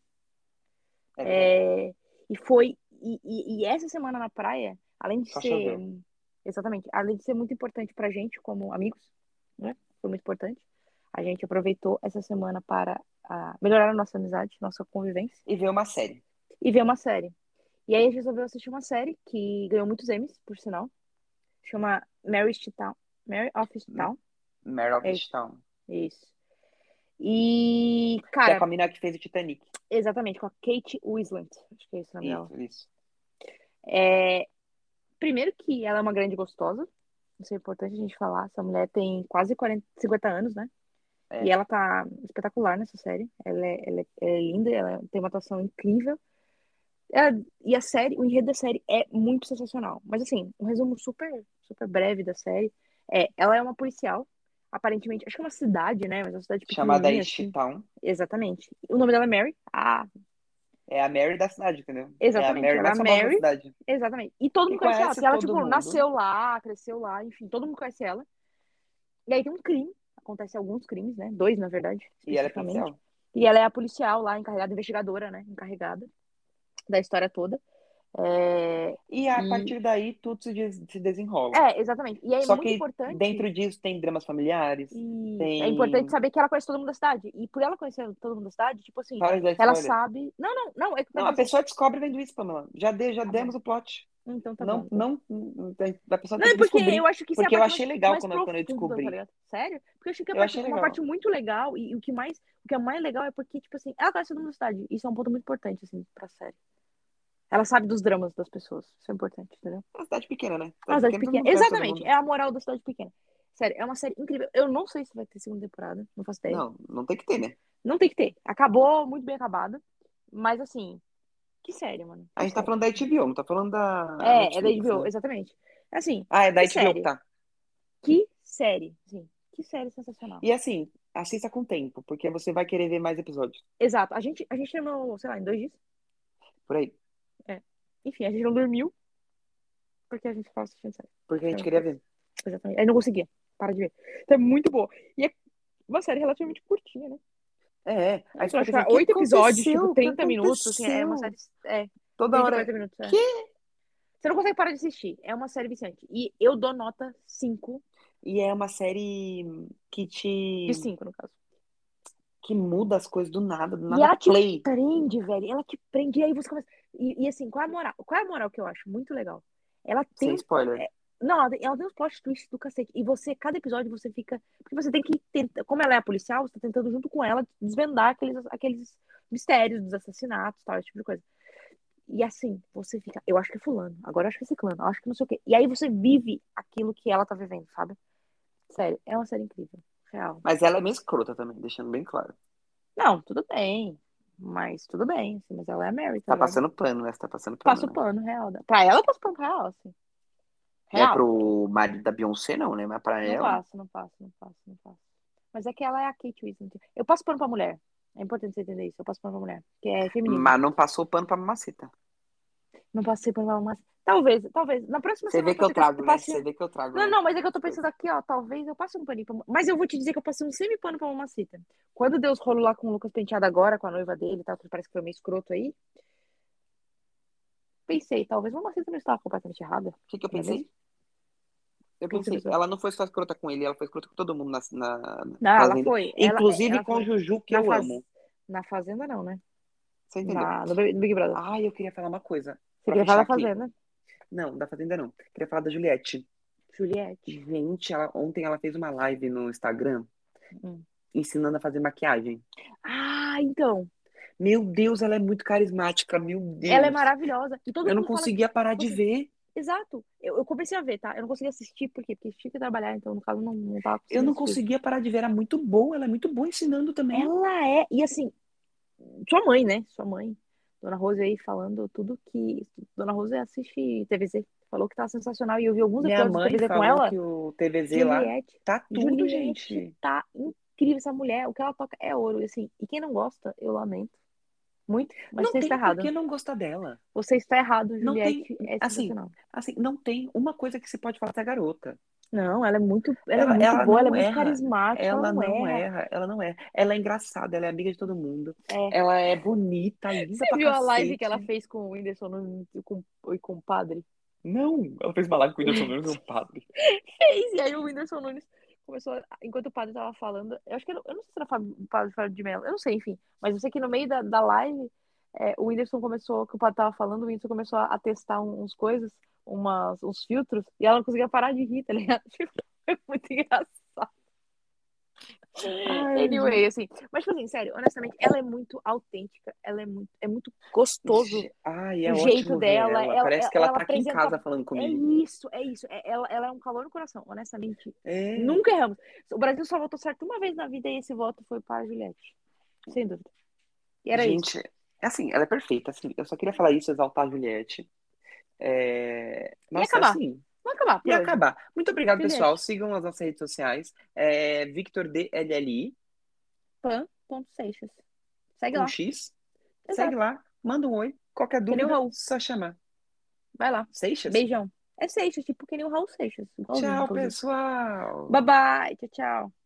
É
É, e foi. E, e- e essa semana na praia, além de
Só
ser.
choveu.
Exatamente. Além de ser muito importante pra gente, como amigos, né? Foi muito importante. A gente aproveitou essa semana para ah, melhorar a nossa amizade, nossa convivência.
e ver uma série.
e ver uma série. E aí a gente resolveu assistir uma série que ganhou muitos Emmys, por sinal. Chama Mary Town. Mary of
Hum.
Town.
Meryl
É.
Town.
Isso. E,
Que é
cara,
com a mina que fez o Titanic.
exatamente, com a Kate Winslet. Acho que é isso o nome dela.
Isso, isso.
É, primeiro que ela é uma grande gostosa. Isso é importante a gente falar. Essa mulher tem quase 40, 50 anos, né?
É.
E ela tá espetacular nessa série. Ela é, ela é- ela é linda, ela tem uma atuação incrível. Ela- e a série, o enredo da série é muito sensacional. Mas assim, um resumo super, super breve da série é, ela é uma policial, aparentemente, acho que é uma cidade, né? Mas é uma cidade
Chamada
pequenininha,
East
assim.
Town.
Exatamente. O nome dela é Mary. Ah,
É a Mary da cidade, entendeu?
Exatamente,
É a Mary
ela é
mais
a
famosa
Mary.
da cidade.
Exatamente. E todo
E
mundo conhece,
conhece
ela. Ela,
todo
tipo,
mundo.
nasceu lá, cresceu lá, enfim, todo mundo conhece ela. E aí tem um crime. Acontece alguns crimes, né? Dois, na verdade.
E ela é
especificamente.
policial.
E ela é a policial lá, encarregada, investigadora, né? Encarregada da história toda. É,
E a
E-
partir daí tudo se, des- se desenrola.
é, exatamente. E aí é
Só
muito
que
importante.
Dentro disso tem dramas familiares.
E
tem-
É importante saber que ela conhece todo mundo da cidade. E por ela conhecer todo mundo da cidade, tipo assim,
Para de dar
ela
spoiler.
sabe. Não, não, não. É... que-
Não, a pessoa descobre vendo isso, Pamela. Já, de, já
Tá
demos o plot.
Então tá
não,
bom.
não, não tem- a pessoa
Não,
tem
é
que
porque
descobrir.
eu acho que isso
porque
é a
eu
parte
achei
mais-
legal
mais
quando eu- quando eu
profunda, tá
descobri.
ligado? Sério? Porque eu achei que a
Eu
parte,
achei
uma
legal.
parte muito legal e, e o que mais, o que é mais legal é porque tipo assim, ela conhece todo mundo da cidade. Isso é um ponto muito importante assim pra série. Ela sabe dos dramas das pessoas. Isso é importante, entendeu?
É uma cidade pequena, né?
Uma cidade
todo mundo
pequena.
conhece todo
Exatamente.
mundo.
É a moral da cidade pequena. Sério, é uma série incrível. Eu não sei se vai ter segunda temporada, não faço ideia. Não,
Não, não tem que ter, né?
tem que ter. Acabou muito bem acabada, mas assim, que série, mano.
A gente tá
Que
falando da HBO, não tá falando da.
série. É, é da
Netflix,
HBO,
né?
exatamente. Assim,
Ah, é da
Que
HBO,
série?
tá.
que série, sim. Que série sensacional.
E assim, assista com tempo, porque você vai querer ver mais episódios
Exato. A gente, a gente terminou, sei lá, em dois dias.
por aí.
Enfim, a gente não dormiu. Porque a gente ficava assistindo série.
Porque a gente
É.
queria ver.
Exatamente. Aí não conseguia. Para de ver. Então é muito boa. E é uma série relativamente curtinha, né?
É, é. Aí
Acho que
fica
era
pensando,
oito
"O que
episódios, tipo,
aconteceu? O que
30 minutos. Assim, é uma série.
aconteceu?"
É,
Toda
30,
hora.
40 minutos. É. Você não consegue parar de assistir. É uma série viciante. E eu dou nota 5
E é uma série que te.
de 5, no caso.
que muda as coisas do nada, do
E
nada.
ela te-
play.
Prende, velho. Ela te prende. E aí você começa. E, e assim, qual é a moral? Qual é a moral que eu acho muito legal? Ela tem
Sem spoiler.
É. Não, ela tem, ela tem uns plot twists do cacete. E você, cada episódio, você fica. Porque você tem que tentar. Como ela é a policial, você tá tentando, junto com ela, desvendar aqueles, aqueles mistérios dos assassinatos, tal, esse tipo de coisa. E assim, você fica. Eu acho que é fulano, agora eu acho que é ciclano, eu acho que não sei o quê. E aí você vive aquilo que ela tá vivendo, sabe? Sério, é uma série incrível. Real.
Mas ela é meio escrota também, deixando bem claro.
Não, tudo bem. Mas tudo bem, assim, mas ela é a Mary, tá
Tá
ligado?
passando pano, né? Você tá passando pano.
Passa o
né?
pano, real. Pra ela, passa o pano real, assim.
Não
Real.
é pro marido da Beyoncé, não, né? Mas pra
Não
ela.
passo, não passo, não passo, não passo. Mas é que ela é a Kate Winslet. Eu passo pano pra mulher. É importante você entender isso. Eu passo pano pra mulher, que é feminino.
Mas não passou pano pra mamacita.
Não passei pano pra mamacita. Talvez, talvez. Na próxima
Você vê que eu trago, né? Você vê que eu trago.
Não,
né?
não, mas é que eu tô pensando aqui, ó. Talvez eu passe um paninho pra... Mas eu vou te dizer que eu passei um semi-pano pra mamacita. Quando Deus rolou lá com o Lucas Penteado agora, com a noiva dele e tal, que parece que foi meio escroto aí. Pensei, talvez mamacita não estava completamente errada.
O que, que eu
Não é
pensei? Eu
que que você
pensei,
pensou?
ela não foi só escrota com ele, ela foi escrota com todo mundo na, na, na
Não, ela
fazenda.
foi. Ela- é,
Inclusive
ela
com
foi.
o Juju, que
Na
eu
faz-
amo.
Na Fazenda, não, né?
Você entendeu?
Na... No Big no Big Brother.
Ai, eu queria falar uma coisa.
Você
pra
queria falar da
fechar aqui.
Fazenda?
Não, da Fazenda não. Queria falar da Juliette.
Juliette.
Gente, ela, ontem ela fez uma live no Instagram
Hum.
ensinando a fazer maquiagem.
Ah, então.
Meu Deus, ela é muito carismática, meu Deus.
Ela é maravilhosa. E todo
Eu não
mundo fala que-
conseguia parar de
Você-
ver.
Exato. Eu, eu comecei a ver, tá? Eu não conseguia assistir, por quê? Porque tive que trabalhar, então, no caso, não, não tava
Eu não
conseguindo
conseguia parar de ver. Era muito boa, ela é muito boa ensinando também.
assistir. Ela é, e assim, sua mãe, né? Sua mãe, Dona Rose aí falando tudo que. Dona Rose assiste TVZ. Falou que tá sensacional. E eu vi alguns
Minha
episódios do
mãe
TVZ com
falou
ela. é
que o TVZ lá
Juliette.
tá tudo,
Juliette
gente.
tá incrível essa mulher. O que ela toca é ouro. E, assim, e quem não gosta, eu lamento. Muito,
não
mas você tá
tem
está errado.
por que não gostar dela.
Você está errado,
Não tem-
Juliette. É
assim,
sensacional.
Assim, não tem uma coisa que se pode falar da garota.
Não, ela é muito, ela, é
Ela-
muito
ela
boa, ela é
não
muito
erra.
carismática, ela,
Ela
não, é.
não é.
erra.
erra, ela não erra. Ela é engraçada, ela é amiga de todo mundo.
É.
Ela é bonita, lisa
Você
pra
viu a live que
cacete.
ela fez com o Whindersson Nunes e com, e com o padre?
Não, ela fez uma live com o Whindersson Nunes e o padre.
Fez! E aí o Whindersson Nunes começou, a- enquanto o padre tava falando, eu acho que era, eu não sei se era Fábio- o padre Fábio de Mello, eu não sei, enfim. Mas eu sei que no meio da, da live, é, o Whindersson começou, que o padre tava falando, o Whindersson começou a, a testar um- uns coisas, umas, uns filtros, e ela não conseguia parar de rir, tá ligado? Tipo, foi muito engraçado.
Ai,
Anyway, assim, mas tipo assim, sério, honestamente, ela é muito autêntica, ela é muito, é muito gostoso
Ai, é
O
ótimo
jeito
ver ela.
dela, ela-
Parece que ela,
ela
tá aqui em
apresenta-
casa falando
É
comigo.
isso, é isso. É- ela, ela é um calor no coração, honestamente.
É.
Nunca erramos. O Brasil só votou certo uma vez na vida e esse voto foi para a Juliette. Sem dúvida. E era isso.
Gente, é assim, ela é perfeita. assim, eu só queria falar isso, exaltar a Juliette. É... Nossa,
acabar.
assim,
Vamos acabar. por
e
hoje.
acabar. Muito obrigado,
Juliette.
pessoal. Sigam as nossas redes sociais. É... Victor DLLI,
Pan. Ponto Seixas. Segue
com
lá.
X.
Exato.
Segue lá, manda um oi. Qualquer
nem o
dúvida,
Raul.
só chamar.
Vai lá.
Seixas?
Beijão. É Seixas, tipo que nem o Raul Seixas. igualzinho,
Tchau,
inclusive.
pessoal!
Bye bye. Tchau, tchau.